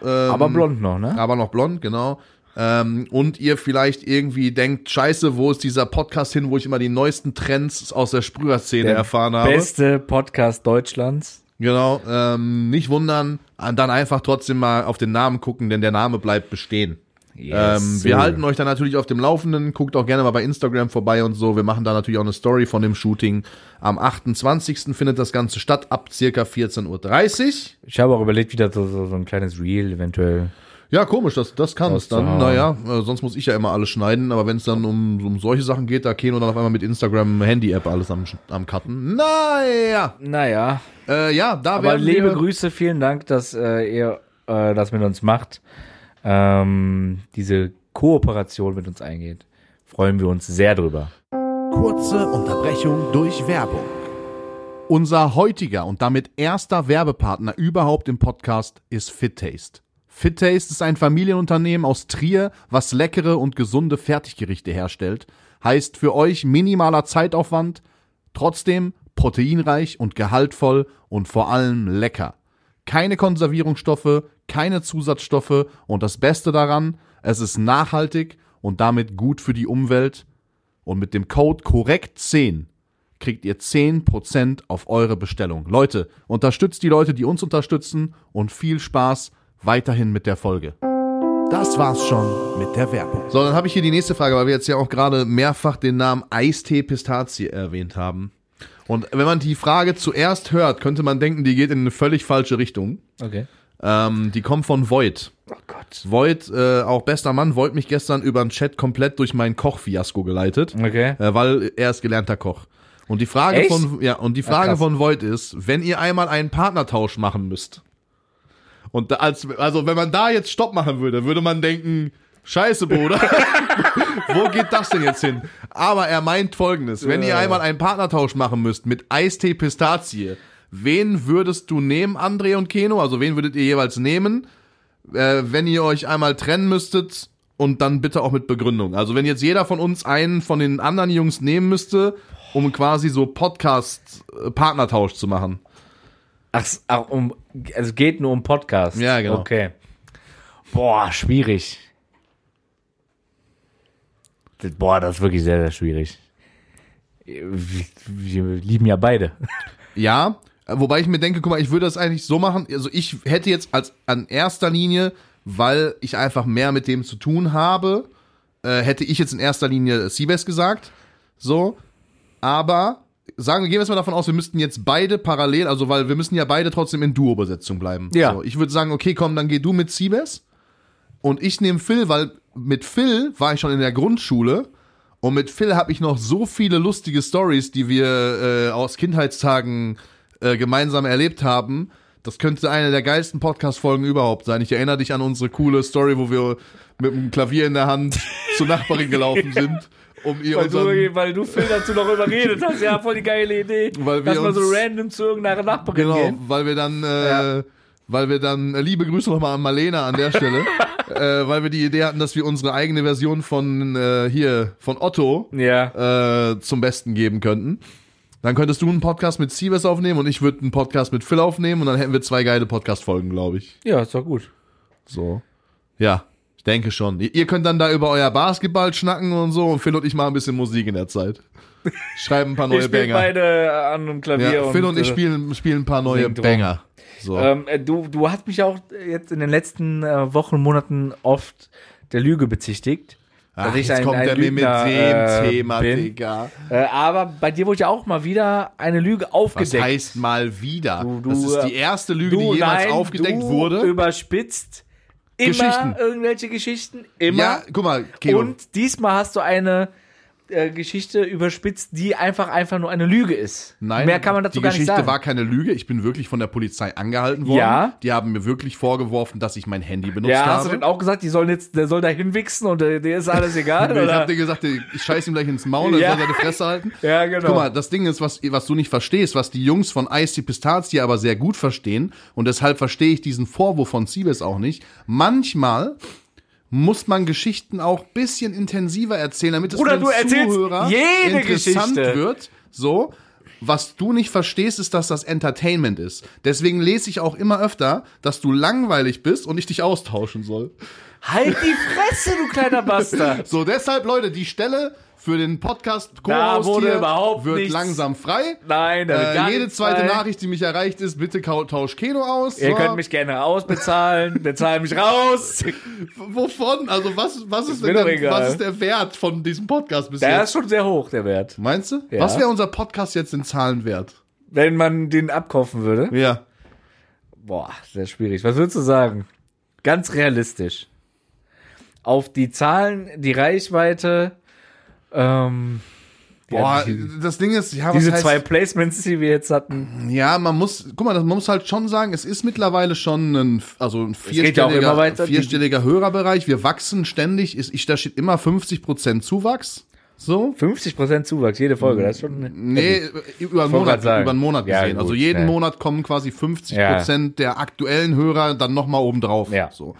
Speaker 2: aber blond noch, ne?
Speaker 1: Ähm, aber noch blond, genau. Ähm, und ihr vielleicht irgendwie denkt, scheiße, wo ist dieser Podcast hin, wo ich immer die neuesten Trends aus der Sprüherszene
Speaker 2: Der
Speaker 1: erfahren habe.
Speaker 2: Beste Podcast Deutschlands.
Speaker 1: Genau, ähm, nicht wundern, und dann einfach trotzdem mal auf den Namen gucken, denn der Name bleibt bestehen. ähm, wir
Speaker 2: sir.
Speaker 1: halten euch da natürlich auf dem Laufenden, guckt auch gerne mal bei Instagram vorbei und so. Wir machen da natürlich auch eine Story von dem Shooting. Am 28. findet das Ganze statt, ab circa 14.30 Uhr.
Speaker 2: Ich habe auch überlegt, wieder so, so, so ein kleines Reel eventuell.
Speaker 1: Ja, komisch, das, das kann's dann.
Speaker 2: Auszuhauen.
Speaker 1: Naja, äh, sonst muss ich ja immer alles schneiden, aber wenn es dann um, um solche Sachen geht, da Keno dann auf einmal mit Instagram Handy-App alles am, am Cutten. Naja,
Speaker 2: Naja.
Speaker 1: äh, ja, da
Speaker 2: Aber
Speaker 1: werden
Speaker 2: liebe
Speaker 1: wir-
Speaker 2: Grüße, vielen Dank, dass äh, ihr äh, das mit uns macht. Ähm, diese Kooperation mit uns eingeht. Freuen wir uns sehr drüber.
Speaker 3: kurze Unterbrechung durch Werbung. Unser heutiger und damit erster Werbepartner überhaupt im Podcast ist FitTaste. FitTaste ist ein Familienunternehmen aus Trier, was leckere und gesunde Fertiggerichte herstellt. Heißt für euch minimaler Zeitaufwand, trotzdem proteinreich und gehaltvoll und vor allem lecker. Keine Konservierungsstoffe, keine Zusatzstoffe und das Beste daran, es ist nachhaltig und damit gut für die Umwelt. Und mit dem Code KORREKT10 kriegt ihr 10% auf eure Bestellung. Leute, unterstützt die Leute, die uns unterstützen und viel Spaß weiterhin mit der Folge. Das war's schon mit der Werbung.
Speaker 1: So, dann habe ich hier die nächste Frage, weil wir jetzt ja auch gerade mehrfach den Namen Eistee Pistazie erwähnt haben. Und wenn man die Frage zuerst hört, könnte man denken, die geht in eine völlig falsche Richtung.
Speaker 2: Okay.
Speaker 1: Ähm, die kommt von Void.
Speaker 2: Oh Gott.
Speaker 1: Void, äh, auch bester Mann, Void mich gestern über den Chat komplett durch mein Kochfiasko geleitet,
Speaker 2: Okay.
Speaker 1: äh, weil er ist gelernter Koch. Und die Frage
Speaker 2: Echt?
Speaker 1: von ja und die Frage
Speaker 2: krass.
Speaker 1: von Void ist, wenn ihr einmal einen Partnertausch machen müsst. Und da, als also wenn man da jetzt Stopp machen würde, würde man denken, Scheiße, Bruder. Wo geht das denn jetzt hin? Aber er meint folgendes: Wenn ihr einmal einen Partnertausch machen müsst mit Eistee Pistazie, wen würdest du nehmen, André und Keno? Also wen würdet ihr jeweils nehmen, äh, wenn ihr euch einmal trennen müsstet und dann bitte auch mit Begründung? Also wenn jetzt jeder von uns einen von den anderen Jungs nehmen müsste, um quasi so Podcast-Partnertausch zu machen.
Speaker 2: Ach, s- ach um, also geht nur um Podcast.
Speaker 1: Ja, genau.
Speaker 2: Okay. Boah, schwierig. Das, boah, das ist wirklich sehr, sehr schwierig. Wir, wir lieben ja beide.
Speaker 1: Ja, wobei ich mir denke, guck mal, ich würde das eigentlich so machen. Also ich hätte jetzt als an erster Linie, weil ich einfach mehr mit dem zu tun habe, äh, hätte ich jetzt in erster Linie Seabass gesagt. So, aber sagen wir, gehen wir jetzt mal davon aus, wir müssten jetzt beide parallel, also weil wir müssen ja beide trotzdem in Duo-Besetzung bleiben.
Speaker 2: Ja.
Speaker 1: So, ich würde sagen, okay, komm, dann geh du mit Seabass und ich nehme Phil, weil mit Phil war ich schon in der Grundschule. Und mit Phil habe ich noch so viele lustige Stories, die wir äh, aus Kindheitstagen äh, gemeinsam erlebt haben. Das könnte eine der geilsten Podcast-Folgen überhaupt sein. Ich erinnere dich an unsere coole Story, wo wir mit dem Klavier in der Hand zur Nachbarin gelaufen sind, um ihr unseren
Speaker 2: weil du Phil dazu noch überredet hast, ja, voll die geile Idee.
Speaker 1: Weil wir dass man so uns-
Speaker 2: random zu irgendeiner Nachbarin
Speaker 1: Genau, weil wir dann, äh,
Speaker 2: Ja.
Speaker 1: weil wir dann, äh, liebe Grüße nochmal an Marlena an der Stelle, äh, weil wir die Idee hatten, dass wir unsere eigene Version von äh, hier, von Otto
Speaker 2: Ja.
Speaker 1: äh, zum Besten geben könnten. Dann könntest du einen Podcast mit Sievers aufnehmen und ich würde einen Podcast mit Phil aufnehmen und dann hätten wir zwei geile Podcast-Folgen, glaube ich.
Speaker 2: Ja, ist doch gut.
Speaker 1: So. Ja, ich denke schon. Ihr ihr könnt dann da über euer Basketball schnacken und so und Phil und ich machen ein bisschen Musik in der Zeit. Schreiben ein paar
Speaker 2: Wir
Speaker 1: neue
Speaker 2: spielen
Speaker 1: Banger.
Speaker 2: beide an einem Klavier.
Speaker 1: Ja, Phil und ich
Speaker 2: äh,
Speaker 1: spielen, spielen ein paar neue
Speaker 2: singen drum.
Speaker 1: Banger. So.
Speaker 2: Ähm, äh, du, du hast mich auch jetzt in den letzten äh, Wochen, Monaten oft der Lüge bezichtigt.
Speaker 1: Ach,
Speaker 2: dass also ich
Speaker 1: jetzt
Speaker 2: ein-
Speaker 1: kommt
Speaker 2: ein
Speaker 1: der mir mit dem
Speaker 2: Lügner, äh,
Speaker 1: Thema,
Speaker 2: bin.
Speaker 1: Digga.
Speaker 2: Äh, aber bei dir wurde ja auch mal wieder eine Lüge
Speaker 1: Das
Speaker 2: aufgedeckt.
Speaker 1: heißt mal wieder.
Speaker 2: Du- du,
Speaker 1: das ist
Speaker 2: äh,
Speaker 1: die erste Lüge, die jemals aufgedeckt
Speaker 2: du
Speaker 1: wurde.
Speaker 2: überspitzt immer
Speaker 1: Geschichten.
Speaker 2: irgendwelche Geschichten, immer.
Speaker 1: Ja, guck mal, Keo,
Speaker 2: Und diesmal hast du eine äh, Geschichte überspitzt, die einfach einfach nur eine Lüge ist.
Speaker 1: Nein,
Speaker 2: Mehr kann man dazu
Speaker 1: die
Speaker 2: gar
Speaker 1: Geschichte
Speaker 2: nicht sagen.
Speaker 1: war keine Lüge. Ich bin wirklich von der Polizei angehalten worden.
Speaker 2: Ja.
Speaker 1: Die haben mir wirklich vorgeworfen, dass ich mein Handy benutzt
Speaker 2: ja, hast
Speaker 1: habe.
Speaker 2: du denn auch gesagt, die sollen jetzt, der soll da hinwichsen und äh, dir ist alles egal?
Speaker 1: ich
Speaker 2: oder?
Speaker 1: hab dir gesagt, ich scheiß ihm gleich ins Maul und
Speaker 2: Ja.
Speaker 1: soll seine Fresse halten.
Speaker 2: Ja, genau.
Speaker 1: Guck mal, das Ding ist, was, was du nicht verstehst, was die Jungs von Ice die Pistazie aber sehr gut verstehen und deshalb verstehe ich diesen Vorwurf von Siebes auch nicht. Manchmal muss man Geschichten auch bisschen intensiver erzählen, damit es
Speaker 2: Bruder,
Speaker 1: für den
Speaker 2: du erzählst
Speaker 1: Zuhörer
Speaker 2: jede
Speaker 1: interessant
Speaker 2: Geschichte.
Speaker 1: wird. So, was du nicht verstehst, ist, dass das Entertainment ist. Deswegen lese ich auch immer öfter, dass du langweilig bist und ich dich austauschen soll.
Speaker 2: Halt die Fresse, du kleiner Bastard!
Speaker 1: So, deshalb, Leute, die Stelle für den Podcast
Speaker 2: Da
Speaker 1: Chorus
Speaker 2: wurde
Speaker 1: hier
Speaker 2: überhaupt
Speaker 1: wird
Speaker 2: nichts.
Speaker 1: langsam frei.
Speaker 2: Nein, da wird gar
Speaker 1: Äh, jede
Speaker 2: nichts
Speaker 1: zweite
Speaker 2: frei.
Speaker 1: Nachricht, die mich erreicht ist, bitte kau- tausch Keno aus.
Speaker 2: Ihr
Speaker 1: So.
Speaker 2: könnt mich gerne ausbezahlen, bezahl mich raus.
Speaker 1: Wovon? Also, was, was, ist
Speaker 2: mir
Speaker 1: denn
Speaker 2: doch
Speaker 1: der,
Speaker 2: egal.
Speaker 1: was ist der Wert von diesem Podcast bis
Speaker 2: Der ist
Speaker 1: jetzt?
Speaker 2: schon sehr hoch, der Wert.
Speaker 1: Meinst du?
Speaker 2: Ja.
Speaker 1: Was wäre unser Podcast jetzt in Zahlen wert?
Speaker 2: Wenn man den abkaufen würde.
Speaker 1: Ja.
Speaker 2: Boah, sehr schwierig. Was würdest du sagen? Ganz realistisch. Auf die Zahlen, die Reichweite, ähm,
Speaker 1: Boah,
Speaker 2: ja, die,
Speaker 1: das Ding ist, ja, was
Speaker 2: diese
Speaker 1: heißt,
Speaker 2: zwei Placements, die wir jetzt hatten.
Speaker 1: Ja, man muss, guck mal, das- man muss halt schon sagen, es ist mittlerweile schon ein, also ein
Speaker 2: geht ja auch
Speaker 1: vierstelliger,
Speaker 2: immer weiter.
Speaker 1: vierstelliger Hörerbereich. Wir wachsen ständig. Ist, ich, da steht immer 50% Zuwachs. So?
Speaker 2: 50% Zuwachs jede Folge, das ist schon.
Speaker 1: Nee, äh, über einen
Speaker 2: wollte
Speaker 1: Monat,
Speaker 2: grad sagen.
Speaker 1: über einen Monat
Speaker 2: Ja,
Speaker 1: gesehen.
Speaker 2: gut,
Speaker 1: also jeden
Speaker 2: ja.
Speaker 1: Monat kommen quasi 50 Prozent der aktuellen Hörer dann nochmal obendrauf.
Speaker 2: Ja.
Speaker 1: So.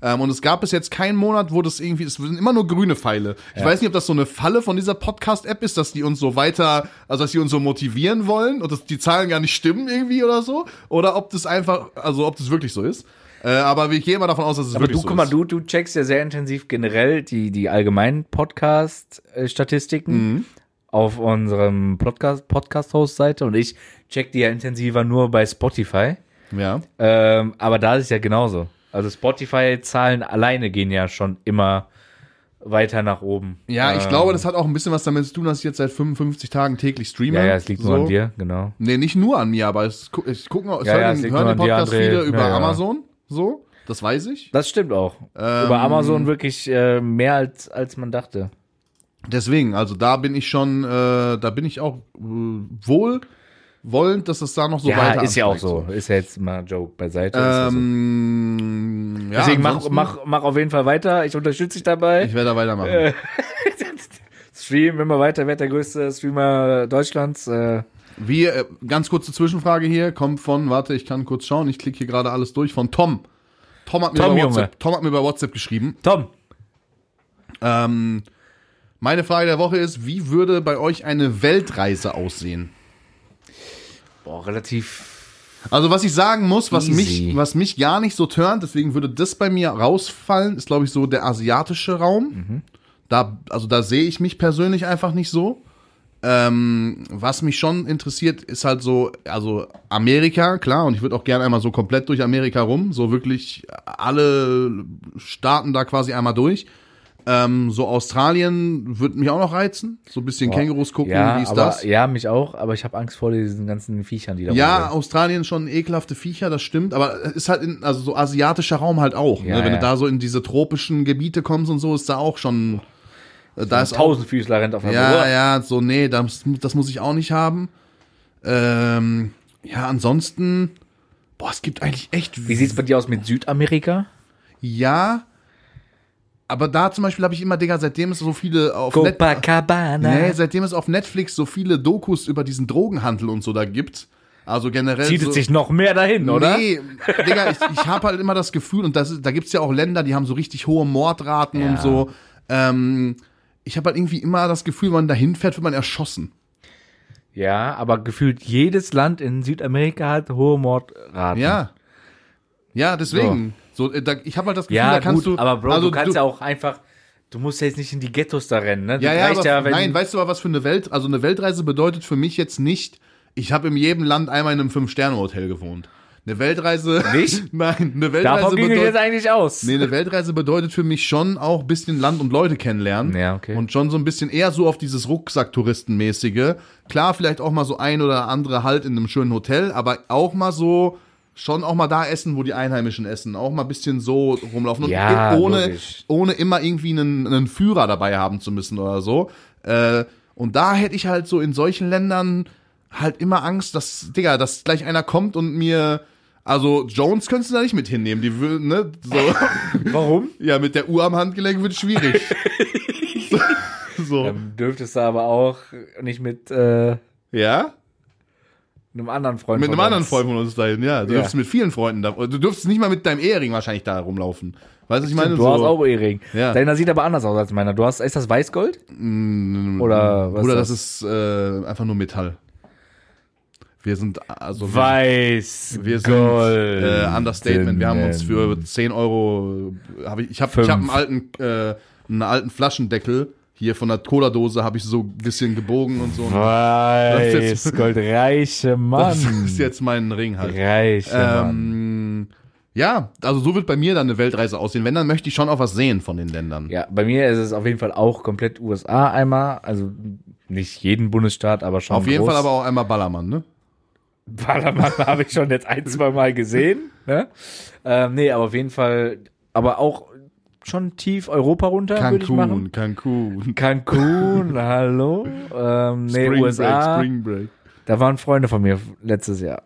Speaker 1: Ähm, und es gab bis jetzt keinen Monat, wo das irgendwie, es sind immer nur grüne Pfeile. Ich weiß nicht, ob das so eine Falle von dieser Podcast-App ist, dass die uns so weiter, also dass die uns so motivieren wollen und dass die Zahlen gar nicht stimmen irgendwie oder so. Oder ob das einfach, also ob das wirklich so ist. Äh, aber wir gehen mal davon aus, dass es
Speaker 2: Aber
Speaker 1: wirklich
Speaker 2: du,
Speaker 1: so
Speaker 2: guck mal,
Speaker 1: ist.
Speaker 2: du, du checkst ja sehr intensiv generell die, die allgemeinen Podcast-Statistiken
Speaker 1: Mhm.
Speaker 2: auf unserem Podcast- Podcast-Host-Seite und ich check die ja intensiver nur bei Spotify.
Speaker 1: ja.
Speaker 2: Ähm, aber da ist es ja genauso. Also Spotify-Zahlen alleine gehen ja schon immer weiter nach oben.
Speaker 1: Ja, ich
Speaker 2: Ähm,
Speaker 1: glaube, das hat auch ein bisschen was damit zu tun, dass ich jetzt seit 55 Tagen täglich streame.
Speaker 2: Ähm, Ja, ja, es liegt nur
Speaker 1: So.
Speaker 2: an dir, genau.
Speaker 1: Nee, nicht nur an mir, aber es, gu- ich gucke ich
Speaker 2: Ja,
Speaker 1: höre
Speaker 2: ja, es
Speaker 1: den,
Speaker 2: liegt
Speaker 1: höre
Speaker 2: nur
Speaker 1: den
Speaker 2: an dir,
Speaker 1: Podcast
Speaker 2: André.
Speaker 1: wieder über
Speaker 2: Ja, ja.
Speaker 1: Amazon, so, das weiß ich.
Speaker 2: Das stimmt auch.
Speaker 1: Ähm,
Speaker 2: Über Amazon wirklich äh, mehr als, als man dachte.
Speaker 1: Deswegen, also da bin ich schon, äh, da bin ich auch äh, wohlwollend, dass es da noch so
Speaker 2: ja,
Speaker 1: weiter
Speaker 2: ist ja auch so.
Speaker 1: ansteigt,
Speaker 2: Ist ja jetzt mal ein Joke beiseite. ist ja so.
Speaker 1: Ähm, ja,
Speaker 2: Deswegen mach,
Speaker 1: ansonsten-
Speaker 2: mach, Äh. mach auf jeden Fall weiter. Ich unterstütze dich dabei.
Speaker 1: Ich werde da weitermachen.
Speaker 2: Stream immer weiter. Wer der größte Streamer Deutschlands? Äh,
Speaker 1: Wie, äh, ganz kurze Zwischenfrage hier, kommt von, warte, ich kann kurz schauen, ich klicke hier gerade alles durch, von Tom. Tom hat mir,
Speaker 2: Tom,
Speaker 1: über,
Speaker 2: Junge.
Speaker 1: WhatsApp, Tom hat mir über WhatsApp geschrieben.
Speaker 2: Tom.
Speaker 1: Ähm, meine Frage der Woche ist, wie würde bei euch eine Weltreise aussehen?
Speaker 2: Boah, relativ.
Speaker 1: Also was ich sagen muss, was
Speaker 2: Easy.
Speaker 1: mich, was mich gar nicht so turnt, deswegen würde das bei mir rausfallen, ist glaube ich so der asiatische Raum.
Speaker 2: Mhm.
Speaker 1: Da, also da sehe ich mich persönlich einfach nicht so. Ähm, was mich schon interessiert, ist halt so, also Amerika, klar, und ich würde auch gerne einmal so komplett durch Amerika rum, so wirklich alle Staaten da quasi einmal durch. Ähm, so Australien würde mich auch noch reizen, so ein bisschen Kängurus gucken,
Speaker 2: ja,
Speaker 1: wie ist
Speaker 2: aber,
Speaker 1: das?
Speaker 2: Ja, mich auch. Aber ich habe Angst vor diesen ganzen Viechern, die da
Speaker 1: Ja,
Speaker 2: rumlaufen.
Speaker 1: Australien ist schon ekelhafte Viecher, das stimmt, aber es ist halt in, also so asiatischer Raum halt auch.
Speaker 2: Ja,
Speaker 1: ne? Wenn
Speaker 2: ja.
Speaker 1: du da so in diese tropischen Gebiete kommst und so, ist da auch schon. Äh, da
Speaker 2: Ein
Speaker 1: ist auch,
Speaker 2: Tausendfüßler rennt auf der
Speaker 1: ja,
Speaker 2: Uhr.
Speaker 1: ja, so, nee, das, das muss ich auch nicht haben. Ähm, ja, ansonsten, boah, es gibt eigentlich echt.
Speaker 2: Wie sieht's bei dir aus mit Südamerika?
Speaker 1: Ja. Aber da zum Beispiel habe ich immer, Digga, seitdem es so viele auf Net-
Speaker 2: Copacabana.
Speaker 1: Nee, seitdem es auf Netflix so viele Dokus über diesen Drogenhandel und so da gibt. Also generell.
Speaker 2: Zieht
Speaker 1: so,
Speaker 2: es sich noch mehr dahin, oder?
Speaker 1: Nee, Digga, ich, ich habe halt immer das Gefühl, und das, da gibt's ja auch Länder, die haben so richtig hohe Mordraten
Speaker 2: Ja.
Speaker 1: und so. Ähm, ich habe halt irgendwie immer das Gefühl, wenn man da hinfährt, wird man erschossen.
Speaker 2: Ja, aber gefühlt jedes Land in Südamerika hat hohe Mordraten.
Speaker 1: Ja. Ja, deswegen. So. äh, da, ich habe halt das Gefühl,
Speaker 2: Ja,
Speaker 1: da kannst
Speaker 2: gut,
Speaker 1: du.
Speaker 2: aber Bro,
Speaker 1: also
Speaker 2: du kannst ja auch einfach, du musst ja jetzt nicht in die Ghettos da rennen, ne?
Speaker 1: Ja,
Speaker 2: Das
Speaker 1: ja,
Speaker 2: reicht
Speaker 1: aber,
Speaker 2: wenn,
Speaker 1: nein, weißt du aber, was für eine Welt, also eine Weltreise bedeutet für mich jetzt nicht, ich habe in jedem Land einmal in einem Fünf-Sterne-Hotel gewohnt. Eine Weltreise.
Speaker 2: Nicht?
Speaker 1: nein, eine Weltreise
Speaker 2: Davon ging ich
Speaker 1: also bedeutet.
Speaker 2: jetzt eigentlich aus.
Speaker 1: Nee, eine Weltreise bedeutet für mich schon auch ein bisschen Land und Leute kennenlernen.
Speaker 2: Ja, okay.
Speaker 1: Und schon so ein bisschen eher so auf dieses Rucksacktouristenmäßige. Klar, vielleicht auch mal so ein oder andere halt in einem schönen Hotel, aber auch mal so, schon auch mal da essen, wo die Einheimischen essen. Auch mal ein bisschen so rumlaufen. Und
Speaker 2: Ja,
Speaker 1: ohne,
Speaker 2: logisch.
Speaker 1: ohne immer irgendwie einen, einen Führer dabei haben zu müssen oder so. Äh, und da hätte ich halt so in solchen Ländern halt immer Angst, dass, Digga, dass gleich einer kommt und mir. Also Jones könntest du da nicht mit hinnehmen, die will, ne? So.
Speaker 2: Warum?
Speaker 1: Ja, mit der Uhr am Handgelenk wird schwierig. so. so.
Speaker 2: Dann dürftest du aber auch nicht mit äh,
Speaker 1: Ja?
Speaker 2: einem anderen Freund
Speaker 1: Mit
Speaker 2: von
Speaker 1: einem anderen
Speaker 2: uns.
Speaker 1: Freund von uns dahin, ja. Du
Speaker 2: Ja.
Speaker 1: dürftest mit vielen Freunden da. Du dürftest nicht mal mit deinem Ehering wahrscheinlich da rumlaufen. Weißt du, was ich meine?
Speaker 2: Du hast auch Ehering.
Speaker 1: Ja.
Speaker 2: Deiner sieht aber anders aus als meiner. Du hast, ist das Weißgold? Oder was
Speaker 1: Oder Mm, das
Speaker 2: ist
Speaker 1: ist äh, einfach nur Metall. Wir sind also. wir-
Speaker 2: Weißgold.
Speaker 1: Wir sind äh, Understatement. Wir haben uns für 10 Euro. äh, Hab ich ich habe
Speaker 2: Fünf.
Speaker 1: hab einen, alten, äh, einen alten Flaschendeckel. Hier von der Cola-Dose habe ich so ein bisschen gebogen und so. Und
Speaker 2: Weißgold, reiche
Speaker 1: das
Speaker 2: Mann.
Speaker 1: ist jetzt mein Ring halt.
Speaker 2: Reiche Mann.
Speaker 1: Ähm, ja, also so wird bei mir dann eine Weltreise aussehen. Wenn, dann möchte ich schon auch was sehen von den Ländern.
Speaker 2: Ja, bei mir ist es auf jeden Fall auch komplett USA einmal. Also nicht jeden Bundesstaat, aber schon.
Speaker 1: Auf jeden
Speaker 2: groß.
Speaker 1: Fall aber auch einmal Ballermann, ne?
Speaker 2: Ballermann habe ich schon jetzt ein, zwei Mal gesehen. Ne? Ähm, nee, aber auf jeden Fall, aber auch schon tief Europa runter würde ich machen.
Speaker 1: Cancun, Cancun.
Speaker 2: Cancun, hallo. Ähm, nee,
Speaker 1: Spring Break,
Speaker 2: USA.
Speaker 1: Spring Break.
Speaker 2: Da waren Freunde von mir letztes Jahr.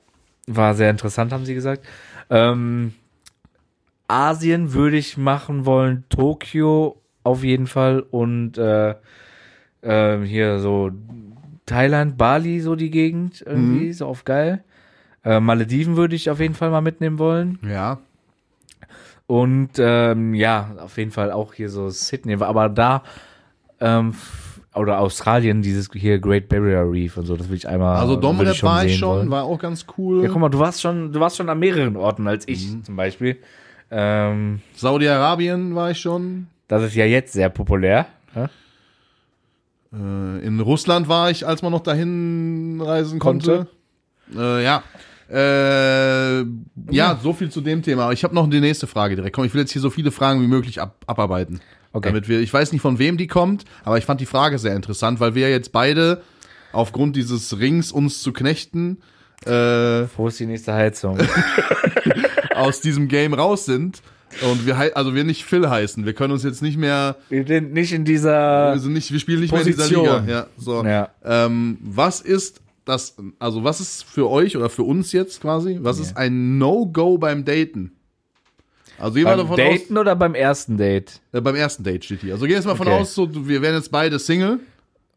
Speaker 2: War sehr interessant, haben sie gesagt. Ähm, Asien würde ich machen wollen, Tokio auf jeden Fall und äh, ähm, hier so Thailand, Bali, so die Gegend irgendwie,
Speaker 1: Mhm.
Speaker 2: so auf geil. Äh, Malediven würde ich auf jeden Fall mal mitnehmen wollen.
Speaker 1: Ja.
Speaker 2: Und ähm, ja, auf jeden Fall auch hier so Sydney. Aber da, ähm, f- oder Australien, dieses hier Great Barrier Reef und so, das will ich einmal.
Speaker 1: Also
Speaker 2: würde
Speaker 1: Domrep war ich
Speaker 2: sehen
Speaker 1: schon,
Speaker 2: wollen.
Speaker 1: war auch ganz cool.
Speaker 2: Ja, guck mal, du warst schon, du warst schon an mehreren Orten als ich
Speaker 1: Mhm.
Speaker 2: zum Beispiel. Ähm,
Speaker 1: Saudi-Arabien war ich schon.
Speaker 2: das ist ja jetzt sehr populär. Ne?
Speaker 1: Äh, in Russland war ich, als man noch dahin reisen konnte. Äh, ja. Äh, ja, so viel zu dem Thema. Aber Ich habe noch die nächste Frage direkt. Komm, ich will jetzt hier so viele Fragen wie möglich ab abarbeiten.
Speaker 2: Okay.
Speaker 1: Damit wir, ich weiß nicht, von wem die kommt, aber ich fand die Frage sehr interessant, weil wir jetzt beide aufgrund dieses Rings uns zu knechten äh,
Speaker 2: Wo ist die nächste Heizung?
Speaker 1: aus diesem Game raus sind und wir hei- also wir nicht Phil heißen. Wir können uns jetzt nicht mehr
Speaker 2: wir sind nicht in dieser.
Speaker 1: wir sind nicht wir spielen nicht mehr in
Speaker 2: Position.
Speaker 1: dieser Liga. Ja, so.
Speaker 2: Ja.
Speaker 1: Ähm, was ist das also was ist für euch oder für uns jetzt quasi, was ist ein No-Go beim Daten? Also gehen wir
Speaker 2: Beim
Speaker 1: davon
Speaker 2: Daten oder beim ersten Date?
Speaker 1: aus äh, beim ersten Date steht hier. Also gehen wir jetzt mal von
Speaker 2: Okay.
Speaker 1: aus, so du- wir wären jetzt beide Single.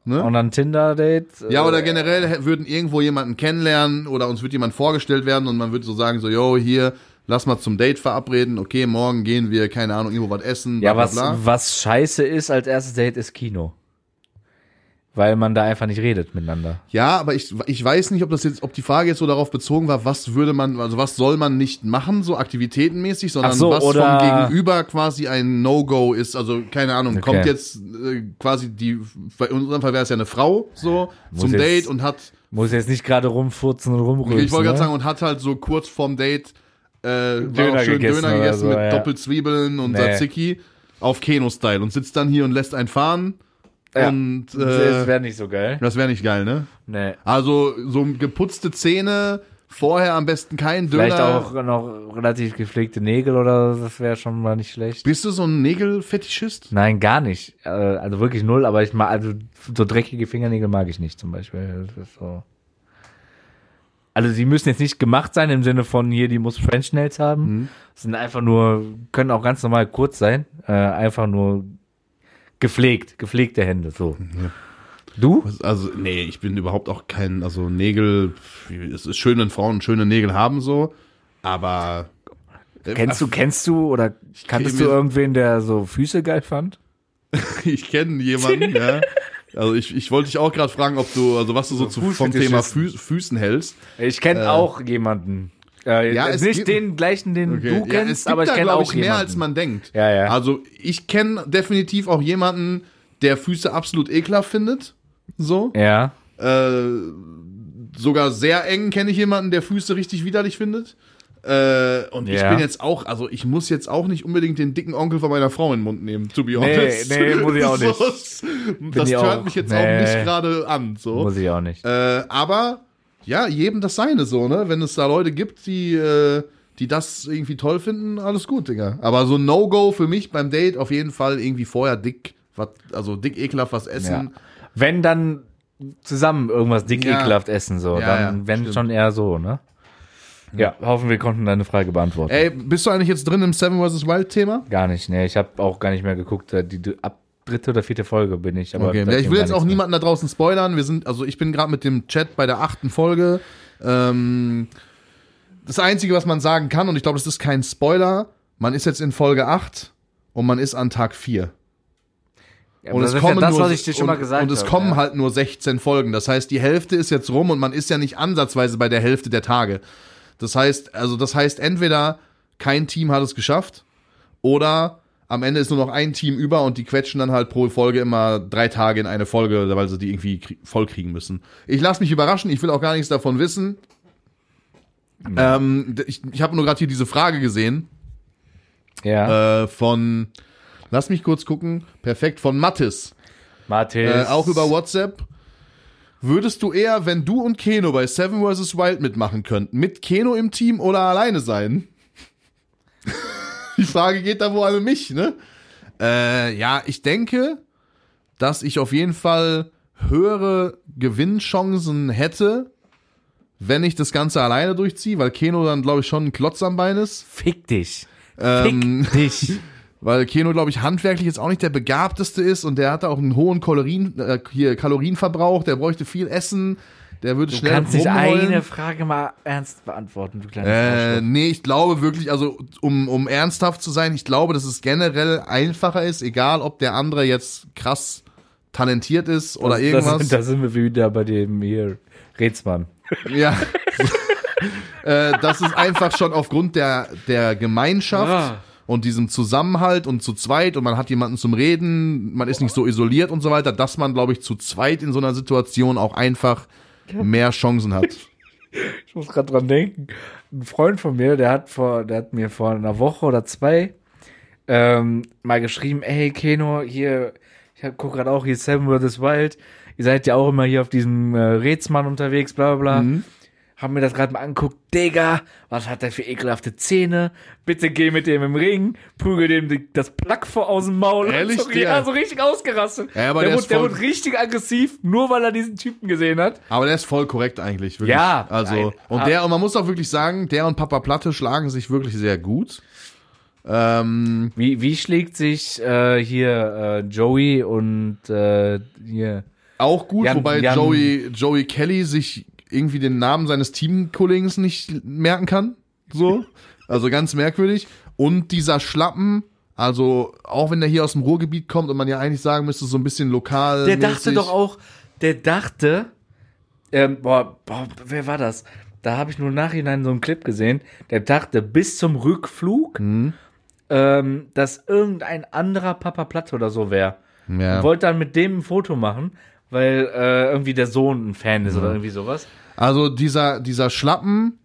Speaker 2: Und dann Tinder-Date? Äh,
Speaker 1: Ja, oder generell hä- würden irgendwo jemanden kennenlernen oder uns wird jemand vorgestellt werden und man würde so sagen, so, yo, hier, lass mal zum Date verabreden, okay, morgen gehen wir, keine Ahnung, irgendwo was essen, bla,
Speaker 2: Ja,
Speaker 1: bla,
Speaker 2: was,
Speaker 1: bla.
Speaker 2: was scheiße ist als erstes Date ist Kino. Weil man da einfach nicht redet miteinander.
Speaker 1: Ja, aber ich, ich weiß nicht, ob das jetzt, ob die Frage jetzt so darauf bezogen war, was würde man, also was soll man nicht machen, so aktivitätenmäßig, sondern
Speaker 2: Ach so,
Speaker 1: was vom
Speaker 2: oder-
Speaker 1: Gegenüber quasi ein No-Go ist. Also, keine Ahnung, kommt jetzt äh, quasi die, bei unserem Fall wäre es ja eine Frau so zum
Speaker 2: jetzt-
Speaker 1: Date und hat
Speaker 2: Muss jetzt nicht gerade rumfurzen und rumrühren.
Speaker 1: Ich wollte
Speaker 2: ne?
Speaker 1: gerade sagen, und hat halt so kurz vorm Date äh, war auch
Speaker 2: Döner
Speaker 1: schön
Speaker 2: gegessen
Speaker 1: Döner
Speaker 2: oder
Speaker 4: so,
Speaker 1: gegessen mit
Speaker 2: ja.
Speaker 1: Doppelzwiebeln und
Speaker 2: Nee.
Speaker 1: Tzatziki auf Keno-Style und sitzt dann hier und lässt einen fahren.
Speaker 2: Ja.
Speaker 1: Und
Speaker 2: das
Speaker 1: äh,
Speaker 2: wäre nicht so geil.
Speaker 1: das wäre nicht geil, ne?
Speaker 2: Nee.
Speaker 1: Also so geputzte Zähne, vorher am besten kein Döner.
Speaker 2: Vielleicht auch noch relativ gepflegte Nägel oder so, das wäre schon mal nicht schlecht.
Speaker 1: Bist du so ein Nägelfetischist?
Speaker 2: Nein, gar nicht. Äh, Also wirklich null, aber ich mag, also so dreckige Fingernägel mag ich nicht zum Beispiel. Das ist so. Also sie müssen jetzt nicht gemacht sein im Sinne von hier, die muss French Nails haben.
Speaker 1: Mhm.
Speaker 2: Sind einfach nur, können auch ganz normal kurz sein. Äh, einfach nur gepflegt, gepflegte Hände, so.
Speaker 1: Mhm.
Speaker 2: Du?
Speaker 1: Also nee, ich bin überhaupt auch kein, also Nägel, es ist schön, wenn Frauen schöne Nägel haben so, aber Äh,
Speaker 2: Kennst du, kennst du oder kanntest
Speaker 1: mir-
Speaker 2: du irgendwen, der so Füße geil fand?
Speaker 1: Ich kenne jemanden, ja. Also ich, ich wollte dich auch gerade fragen, ob du, also was du so zu, vom Thema Fü- Füßen hältst.
Speaker 2: Ich kenne auch jemanden. Äh,
Speaker 1: Äh. ja,
Speaker 2: ja,
Speaker 1: es
Speaker 2: nicht
Speaker 1: gibt-
Speaker 2: den gleichen, den du
Speaker 1: ja,
Speaker 2: kennst, aber ich kenne
Speaker 1: glaub
Speaker 2: auch
Speaker 1: mehr,
Speaker 2: jemanden.
Speaker 1: als man denkt.
Speaker 2: Ja, ja.
Speaker 1: Also ich kenne definitiv auch jemanden, der Füße absolut ekelhaft findet. So.
Speaker 2: ja.
Speaker 1: Äh, sogar sehr eng kenne ich jemanden, der Füße richtig widerlich findet. Äh, und ich
Speaker 2: Ja.
Speaker 1: bin jetzt auch, also ich muss jetzt auch nicht unbedingt den dicken Onkel von meiner Frau in den Mund nehmen, to be
Speaker 2: Nee,
Speaker 1: honest.
Speaker 2: nee, muss ich auch nicht.
Speaker 1: Das, das
Speaker 2: ich
Speaker 1: hört
Speaker 2: auch-
Speaker 1: mich jetzt
Speaker 2: nee.
Speaker 1: auch nicht gerade an. So.
Speaker 2: Muss ich auch nicht.
Speaker 1: Äh, aber ja, jedem das seine so, ne? Wenn es da Leute gibt, die, äh, die das irgendwie toll finden, alles gut, Digga. Aber so ein No-Go für mich beim Date auf jeden Fall irgendwie vorher dick, wat, also dick ekelhaft was essen.
Speaker 2: Wenn dann zusammen irgendwas dick
Speaker 1: Ähm, Ja.
Speaker 2: ekelhaft essen, so,
Speaker 1: Ja, ja,
Speaker 2: dann wenn
Speaker 1: stimmt.
Speaker 2: schon eher so, ne? Ja, hoffen wir konnten deine Frage beantworten.
Speaker 1: Ey, bist du eigentlich jetzt drin im Seven vs. Wild Thema?
Speaker 2: Gar nicht, ne? Ich habe auch gar nicht mehr geguckt. äh, Die, die, ab dritte oder vierte Folge bin ich. Aber
Speaker 1: Okay.
Speaker 2: da
Speaker 1: Ja, ich
Speaker 2: kam
Speaker 1: will
Speaker 2: gar
Speaker 1: jetzt auch
Speaker 2: nichts
Speaker 1: niemanden da draußen spoilern. Wir sind, also ich bin gerade mit dem Chat bei der achten Folge. Ähm, das Einzige, was man sagen kann, und ich glaube, das ist kein Spoiler, man ist jetzt in Folge 8 und man ist an Tag 4.
Speaker 2: mehr. Ja, aber das ist ja das, was ich dir schon
Speaker 1: und,
Speaker 2: mal gesagt habe.
Speaker 1: Und es kommen
Speaker 2: ja.
Speaker 1: halt nur 16 Folgen. Das heißt, die Hälfte ist jetzt rum und man ist ja nicht ansatzweise bei der Hälfte der Tage. Das heißt, also das heißt, entweder kein Team hat es geschafft oder am Ende ist nur noch ein Team über und die quetschen dann halt pro Folge immer drei Tage in eine Folge, weil sie die irgendwie krie- voll kriegen müssen. Ich lasse mich überraschen, ich will auch gar nichts davon wissen. Ähm, d- ich ich habe nur gerade hier diese Frage gesehen
Speaker 2: Ja,
Speaker 1: äh, von, lass mich kurz gucken, perfekt, von Mattis. Äh,
Speaker 2: Matthias.
Speaker 1: auch über WhatsApp. Würdest du eher, wenn du und Keno bei Seven vs. Wild mitmachen könnten, mit Keno im Team oder alleine sein? Die Frage geht da wohl an mich, ne? Äh, ja, ich denke, dass ich auf jeden Fall höhere Gewinnchancen hätte, wenn ich das Ganze alleine durchziehe, weil Keno dann, glaube ich, schon ein Klotz am Bein ist.
Speaker 2: Fick dich. Fick
Speaker 1: Ähm,
Speaker 2: dich.
Speaker 1: Weil Keno, glaube ich, handwerklich jetzt auch nicht der begabteste ist und der hat auch einen hohen Kalorien, äh, hier Kalorienverbrauch, der bräuchte viel Essen, der würde
Speaker 2: Du
Speaker 1: schnell
Speaker 2: kannst nicht
Speaker 1: rumheulen.
Speaker 2: eine Frage mal ernst beantworten, du kleines
Speaker 1: Äh,
Speaker 2: Arschloch.
Speaker 1: nee, ich glaube wirklich, also um, um ernsthaft zu sein, ich glaube, dass es generell einfacher ist, egal ob der andere jetzt krass talentiert ist oder
Speaker 2: Das-
Speaker 1: irgendwas.
Speaker 2: Das, da sind wir wieder bei dem hier Rätsmann.
Speaker 1: Ja. äh, das ist einfach schon aufgrund der, der Gemeinschaft
Speaker 2: Ja.
Speaker 1: und diesem Zusammenhalt und zu zweit und man hat jemanden zum Reden, man ist nicht so isoliert und so weiter, dass man, glaube ich, zu zweit in so einer Situation auch einfach mehr Chancen hat.
Speaker 2: Ich muss gerade dran denken. Ein Freund von mir, der hat vor, der hat mir vor einer Woche oder zwei ähm, mal geschrieben, ey Keno, hier, ich hab- guck gerade auch hier Seven vs. Wild, ihr seid ja auch immer hier auf diesem äh, Rätsmann unterwegs, bla bla bla.
Speaker 1: Mhm.
Speaker 2: Haben mir das gerade mal angeguckt, Digga, was hat der für ekelhafte Zähne? Bitte geh mit dem im Ring, prügel dem die- das Plack vor aus dem Maul. und
Speaker 1: Ehrlich,
Speaker 2: so,
Speaker 1: Digga?
Speaker 2: ja, so richtig ausgerastet.
Speaker 1: Ja, aber der
Speaker 2: der,
Speaker 1: ist
Speaker 2: wurde, der
Speaker 1: voll-
Speaker 2: wurde richtig aggressiv, nur weil er diesen Typen gesehen hat.
Speaker 1: Aber der ist voll korrekt eigentlich, wirklich.
Speaker 2: Ja, Ah.
Speaker 1: Also,
Speaker 2: nein.
Speaker 1: und der, und man muss auch wirklich sagen, der und Papa Platte schlagen sich wirklich sehr gut. Ähm,
Speaker 2: Wie, wie schlägt sich äh, hier äh, Joey und äh, hier
Speaker 1: auch gut,
Speaker 2: Jan-
Speaker 1: wobei
Speaker 2: Jan-
Speaker 1: Joey, Joey Kelly sich irgendwie den Namen seines Teamkollegen nicht merken kann. So. Also ganz merkwürdig. Und dieser Schlappen, also auch wenn der hier aus dem Ruhrgebiet kommt und man ja eigentlich sagen müsste, so ein bisschen lokal.
Speaker 2: Der dachte doch auch, der dachte, ähm, boah, boah, wer war das? Da habe ich nur im Nachhinein so einen Clip gesehen. Der dachte bis zum Rückflug, ähm, dass irgendein anderer Papa Platte oder so wäre.
Speaker 1: Ja.
Speaker 2: Wollte dann mit dem ein Foto machen, weil äh, irgendwie der Sohn ein Fan ist oder irgendwie sowas.
Speaker 1: Also dieser, dieser Schlappen,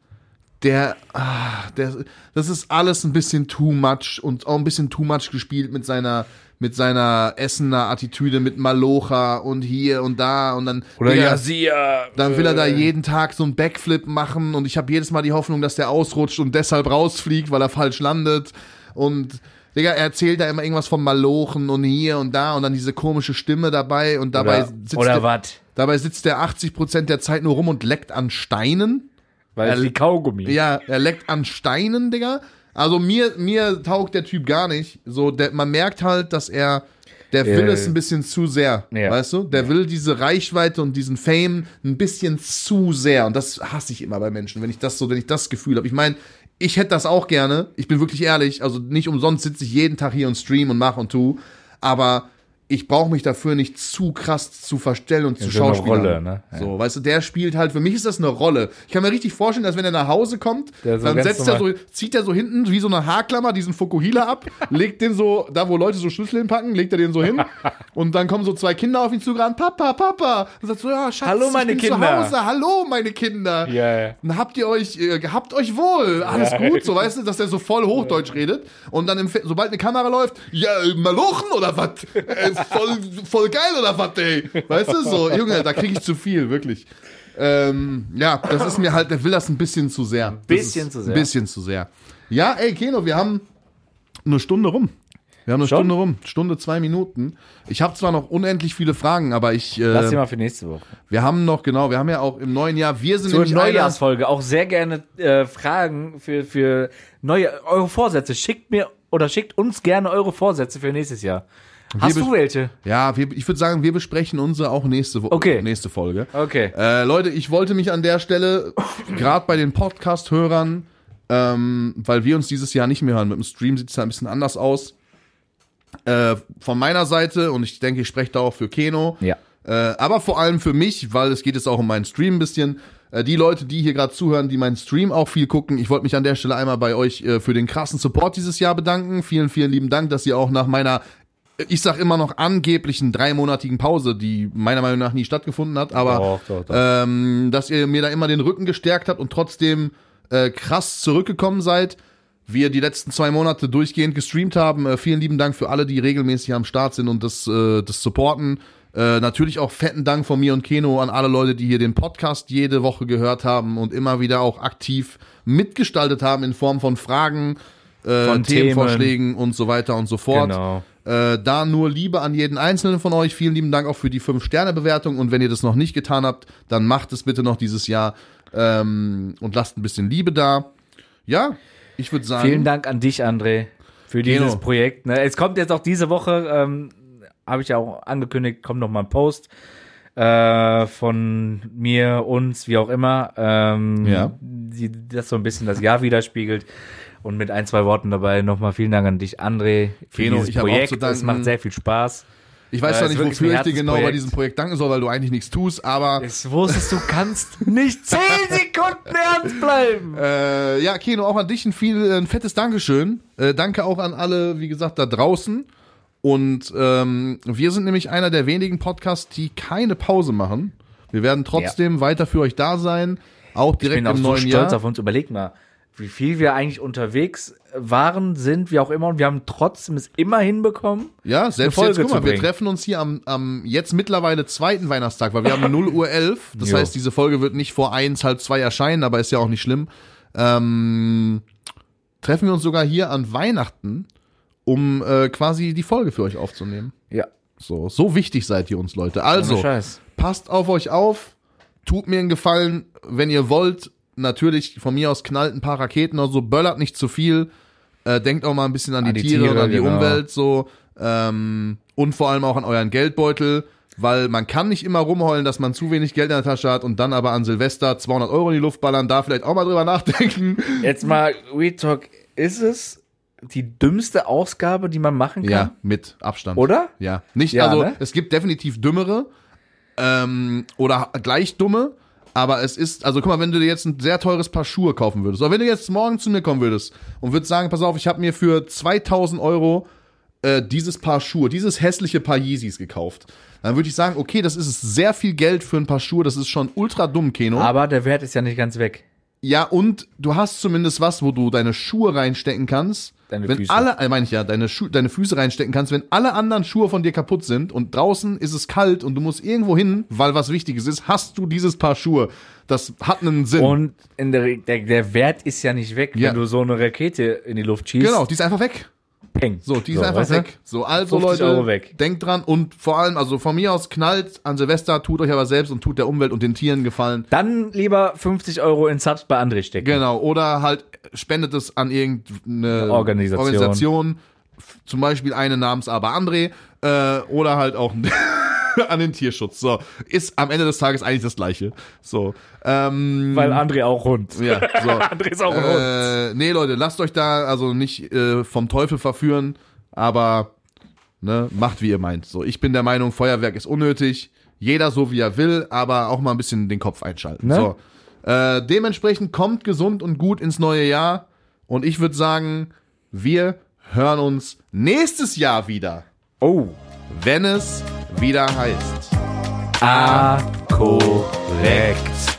Speaker 1: der, ah, der, das ist alles ein bisschen too much und auch ein bisschen too much gespielt mit seiner, mit seiner Essener Attitüde, mit Malocha und hier und da und dann. Digga,
Speaker 2: sie äh, ja.
Speaker 1: Dann will er da jeden Tag so einen Backflip machen und ich habe jedes Mal die Hoffnung, dass der ausrutscht und deshalb rausfliegt, weil er falsch landet. Und Digga, er erzählt da immer irgendwas von Malochen und hier und da und dann diese komische Stimme dabei und dabei
Speaker 2: Oder,
Speaker 1: sitzt
Speaker 2: oder
Speaker 1: der-
Speaker 2: was?
Speaker 1: Dabei sitzt der 80% der Zeit nur rum und leckt an Steinen.
Speaker 2: Weil
Speaker 1: Er-
Speaker 2: es wie Äh, Kaugummi.
Speaker 1: Ja, er leckt an Steinen, Digga. Also mir, mir taugt der Typ gar nicht. So, der, man merkt halt, dass er, der will
Speaker 2: Äh.
Speaker 1: es ein bisschen zu sehr.
Speaker 2: Ja.
Speaker 1: Weißt du? Der will diese Reichweite und diesen Fame ein bisschen zu sehr. Und das hasse ich immer bei Menschen, wenn ich das so, wenn ich das Gefühl habe. Ich meine, ich hätte das auch gerne. Ich bin wirklich ehrlich. Also nicht umsonst sitze ich jeden Tag hier und stream und mach und tu. Aber ich brauche mich dafür nicht zu krass zu verstellen und zu
Speaker 2: so eine
Speaker 1: schauspielern.
Speaker 2: Rolle, ne? Ja.
Speaker 1: So, weißt du, der spielt halt, für mich ist das eine Rolle. Ich kann mir richtig vorstellen, dass wenn er nach Hause kommt,
Speaker 2: Der so
Speaker 1: dann
Speaker 2: ganz
Speaker 1: setzt er so, zieht er so hinten wie so eine Haarklammer diesen Fukuhila ab, legt den so, da wo Leute so Schlüssel hinpacken, legt er den so hin und dann kommen so zwei Kinder auf ihn zu gerade, Papa, Papa. Und sagt so, ja, Schatz,
Speaker 2: Hallo, meine
Speaker 1: ich bin zu
Speaker 2: Kinder.
Speaker 1: Hause, hallo, meine Kinder.
Speaker 2: Ja, ja.
Speaker 1: Und habt ihr euch, äh, gehabt euch wohl, alles
Speaker 2: Ja.
Speaker 1: gut, so weißt du, dass der so voll Hochdeutsch redet und dann, im, Fe- sobald eine Kamera läuft, ja, äh, Malochen oder was? Äh, voll, voll geil oder was, ey? Weißt du, so, Junge, da krieg ich zu viel, wirklich. Ähm, ja, das ist mir halt, der will das ein bisschen zu sehr. Ein
Speaker 2: bisschen zu sehr.
Speaker 1: Ein bisschen zu sehr. Ja, ey, Keno, wir haben eine Stunde rum. Wir haben eine
Speaker 2: Schon?
Speaker 1: Stunde rum, Stunde, zwei Minuten. Ich habe zwar noch unendlich viele Fragen, aber ich,
Speaker 2: Lass sie
Speaker 1: äh,
Speaker 2: mal für nächste Woche.
Speaker 1: wir haben noch, genau, wir haben ja auch im neuen Jahr, wir sind
Speaker 2: Zur
Speaker 1: nämlich einer-
Speaker 2: Neujahrsfolge auch sehr gerne äh, Fragen für, für neue, eure Vorsätze. Schickt mir oder schickt uns gerne eure Vorsätze für nächstes Jahr. Hast
Speaker 1: Wir
Speaker 2: du welche?
Speaker 1: Ja, wir, ich würde sagen, wir besprechen unsere auch nächste, Wo
Speaker 2: Okay.
Speaker 1: nächste Folge.
Speaker 2: Okay.
Speaker 1: Äh, Leute, ich wollte mich an der Stelle, gerade bei den Podcast-Hörern, ähm, weil wir uns dieses Jahr nicht mehr hören, mit dem Stream sieht es ja ein bisschen anders aus. Äh, von meiner Seite, und ich denke, ich spreche da auch für Keno,
Speaker 2: Ja.
Speaker 1: äh, aber vor allem für mich, weil es geht jetzt auch um meinen Stream ein bisschen. Äh, die Leute, die hier gerade zuhören, die meinen Stream auch viel gucken, ich wollte mich an der Stelle einmal bei euch äh, für den krassen Support dieses Jahr bedanken. Vielen, vielen lieben Dank, dass ihr auch nach meiner, äh, ich sag immer noch angeblichen dreimonatigen Pause, die meiner Meinung nach nie stattgefunden hat, aber
Speaker 2: Doch, doch, doch.
Speaker 1: Ähm, dass ihr mir da immer den Rücken gestärkt habt und trotzdem äh, krass zurückgekommen seid. Wir die letzten zwei Monate durchgehend gestreamt haben. Äh, vielen lieben Dank für alle, die regelmäßig am Start sind und das, äh, das supporten. Äh, natürlich auch fetten Dank von mir und Keno an alle Leute, die hier den Podcast jede Woche gehört haben und immer wieder auch aktiv mitgestaltet haben in Form von Fragen, äh,
Speaker 2: Von Themen.
Speaker 1: Themenvorschlägen und so weiter und so fort.
Speaker 2: Genau.
Speaker 1: Äh, da nur Liebe an jeden einzelnen von euch. Vielen lieben Dank auch für die 5-Sterne-Bewertung. Und wenn ihr das noch nicht getan habt, dann macht es bitte noch dieses Jahr ähm, und lasst ein bisschen Liebe da. Ja, ich würde sagen,
Speaker 2: Vielen Dank an dich, André. für dieses
Speaker 1: Geno.
Speaker 2: Projekt. Ne? Es kommt jetzt auch diese Woche, ähm, habe ich ja auch angekündigt, kommt noch mal ein Post äh, von mir, uns, wie auch immer, ähm,
Speaker 1: Ja.
Speaker 2: die das so ein bisschen das Jahr widerspiegelt. Und mit ein, zwei Worten dabei nochmal vielen Dank an dich, André, für
Speaker 1: Geno,
Speaker 2: dieses
Speaker 1: ich hab auch
Speaker 2: Projekt.
Speaker 1: zu
Speaker 2: Es
Speaker 1: danken.
Speaker 2: macht sehr viel Spaß.
Speaker 1: Ich weiß
Speaker 2: Äh,
Speaker 1: zwar
Speaker 2: ist
Speaker 1: nicht,
Speaker 2: wirklich
Speaker 1: wofür
Speaker 2: ein
Speaker 1: ich dir genau bei
Speaker 2: Herzensprojekt.
Speaker 1: diesem Projekt danken soll, weil du eigentlich nichts tust, aber
Speaker 2: Ich wusstest, du kannst nicht zehn Sekunden ernst bleiben.
Speaker 1: Äh, ja, Keno, auch an dich ein, viel, äh, ein fettes Dankeschön. Äh, danke auch an alle, wie gesagt, da draußen. Und ähm, wir sind nämlich einer der wenigen Podcasts, die keine Pause machen. Wir werden trotzdem weiter für euch da sein, auch direkt
Speaker 2: Ich bin auch
Speaker 1: im
Speaker 2: so
Speaker 1: neuen
Speaker 2: stolz
Speaker 1: Jahr.
Speaker 2: auf uns. Überleg mal, wie viel wir eigentlich unterwegs waren, sind, wie auch immer. Und wir haben trotzdem es immer hinbekommen.
Speaker 1: ja, selbst
Speaker 2: eine
Speaker 1: jetzt, guck
Speaker 2: Folge
Speaker 1: mal,
Speaker 2: zu
Speaker 1: wir
Speaker 2: bringen.
Speaker 1: treffen uns hier am, am jetzt mittlerweile zweiten Weihnachtstag, weil wir haben 0 Uhr 11. Das
Speaker 2: Jo.
Speaker 1: heißt, diese Folge wird nicht vor eins, halb zwei erscheinen, aber ist ja auch nicht schlimm. Ähm, treffen wir uns sogar hier an Weihnachten, um äh, quasi die Folge für euch aufzunehmen.
Speaker 2: Ja.
Speaker 1: So, so wichtig seid ihr uns, Leute. Also,
Speaker 2: Scheiß.
Speaker 1: passt auf euch auf, tut mir einen Gefallen, wenn ihr wollt. Natürlich, von mir aus knallt ein paar Raketen oder so, böllert nicht zu viel. Äh, denkt auch mal ein bisschen an, die, Tiere, und an die
Speaker 2: genau.
Speaker 1: Umwelt so. Ähm, und vor allem auch an euren Geldbeutel, weil man kann nicht immer rumheulen, dass man zu wenig Geld in der Tasche hat und dann aber an Silvester 200 Euro in die Luft ballern, da vielleicht auch mal drüber nachdenken.
Speaker 2: Jetzt mal, Weed Talk, ist es die dümmste Ausgabe, die man machen kann?
Speaker 1: Ja, mit Abstand.
Speaker 2: Oder?
Speaker 1: Ja. Nicht,
Speaker 2: Ja,
Speaker 1: also
Speaker 2: ne?
Speaker 1: es gibt definitiv dümmere ähm, oder gleich dumme, aber es ist, also guck mal, wenn du dir jetzt ein sehr teures Paar Schuhe kaufen würdest, oder wenn du jetzt morgen zu mir kommen würdest und würdest sagen, pass auf, ich habe mir für 2000 Euro äh, dieses Paar Schuhe, dieses hässliche Paar Yeezys gekauft, dann würde ich sagen, okay, das ist sehr viel Geld für ein Paar Schuhe, das ist schon ultra dumm, Keno.
Speaker 2: Aber der Wert ist ja nicht ganz weg.
Speaker 1: Ja, und du hast zumindest was, wo du deine Schuhe reinstecken kannst.
Speaker 2: Deine
Speaker 1: wenn
Speaker 2: Füße.
Speaker 1: alle, äh, meine ich ja, deine, Schu deine Füße reinstecken kannst, wenn alle anderen Schuhe von dir kaputt sind und draußen ist es kalt und du musst irgendwo hin, weil was Wichtiges ist, hast du dieses Paar Schuhe. Das hat einen Sinn.
Speaker 2: Und in der, Re- der, der Wert ist ja nicht weg,
Speaker 1: Ja.
Speaker 2: wenn du so eine Rakete in die Luft schießt.
Speaker 1: genau, die ist einfach weg.
Speaker 2: Peng.
Speaker 1: So, die ist einfach
Speaker 2: weißt du?
Speaker 1: weg. So, also
Speaker 2: 50
Speaker 1: Leute,
Speaker 2: Euro weg.
Speaker 1: denkt dran und vor allem, also von mir aus knallt an Silvester, tut euch aber selbst und tut der Umwelt und den Tieren gefallen.
Speaker 2: Dann lieber 50 Euro in Subs bei André stecken.
Speaker 1: Genau, oder halt spendet es an irgendeine
Speaker 2: Organisation.
Speaker 1: Organisation, f- zum Beispiel eine namens Aber André, äh, oder halt auch an den Tierschutz. So, ist am Ende des Tages eigentlich das Gleiche. So, ähm,
Speaker 2: Weil André auch Hund.
Speaker 1: ja, so.
Speaker 2: André ist auch ein Hund.
Speaker 1: äh, nee, Leute, lasst euch da also nicht äh, vom Teufel verführen, aber ne, macht wie ihr meint. So, ich bin der Meinung, Feuerwerk ist unnötig. Jeder so wie er will, aber auch mal ein bisschen den Kopf einschalten.
Speaker 2: Ne?
Speaker 1: So. Äh, dementsprechend kommt gesund und gut ins neue Jahr. Und ich würde sagen, wir hören uns nächstes Jahr wieder,
Speaker 2: Oh.
Speaker 1: wenn es wieder heißt.
Speaker 2: Ah, korrekt.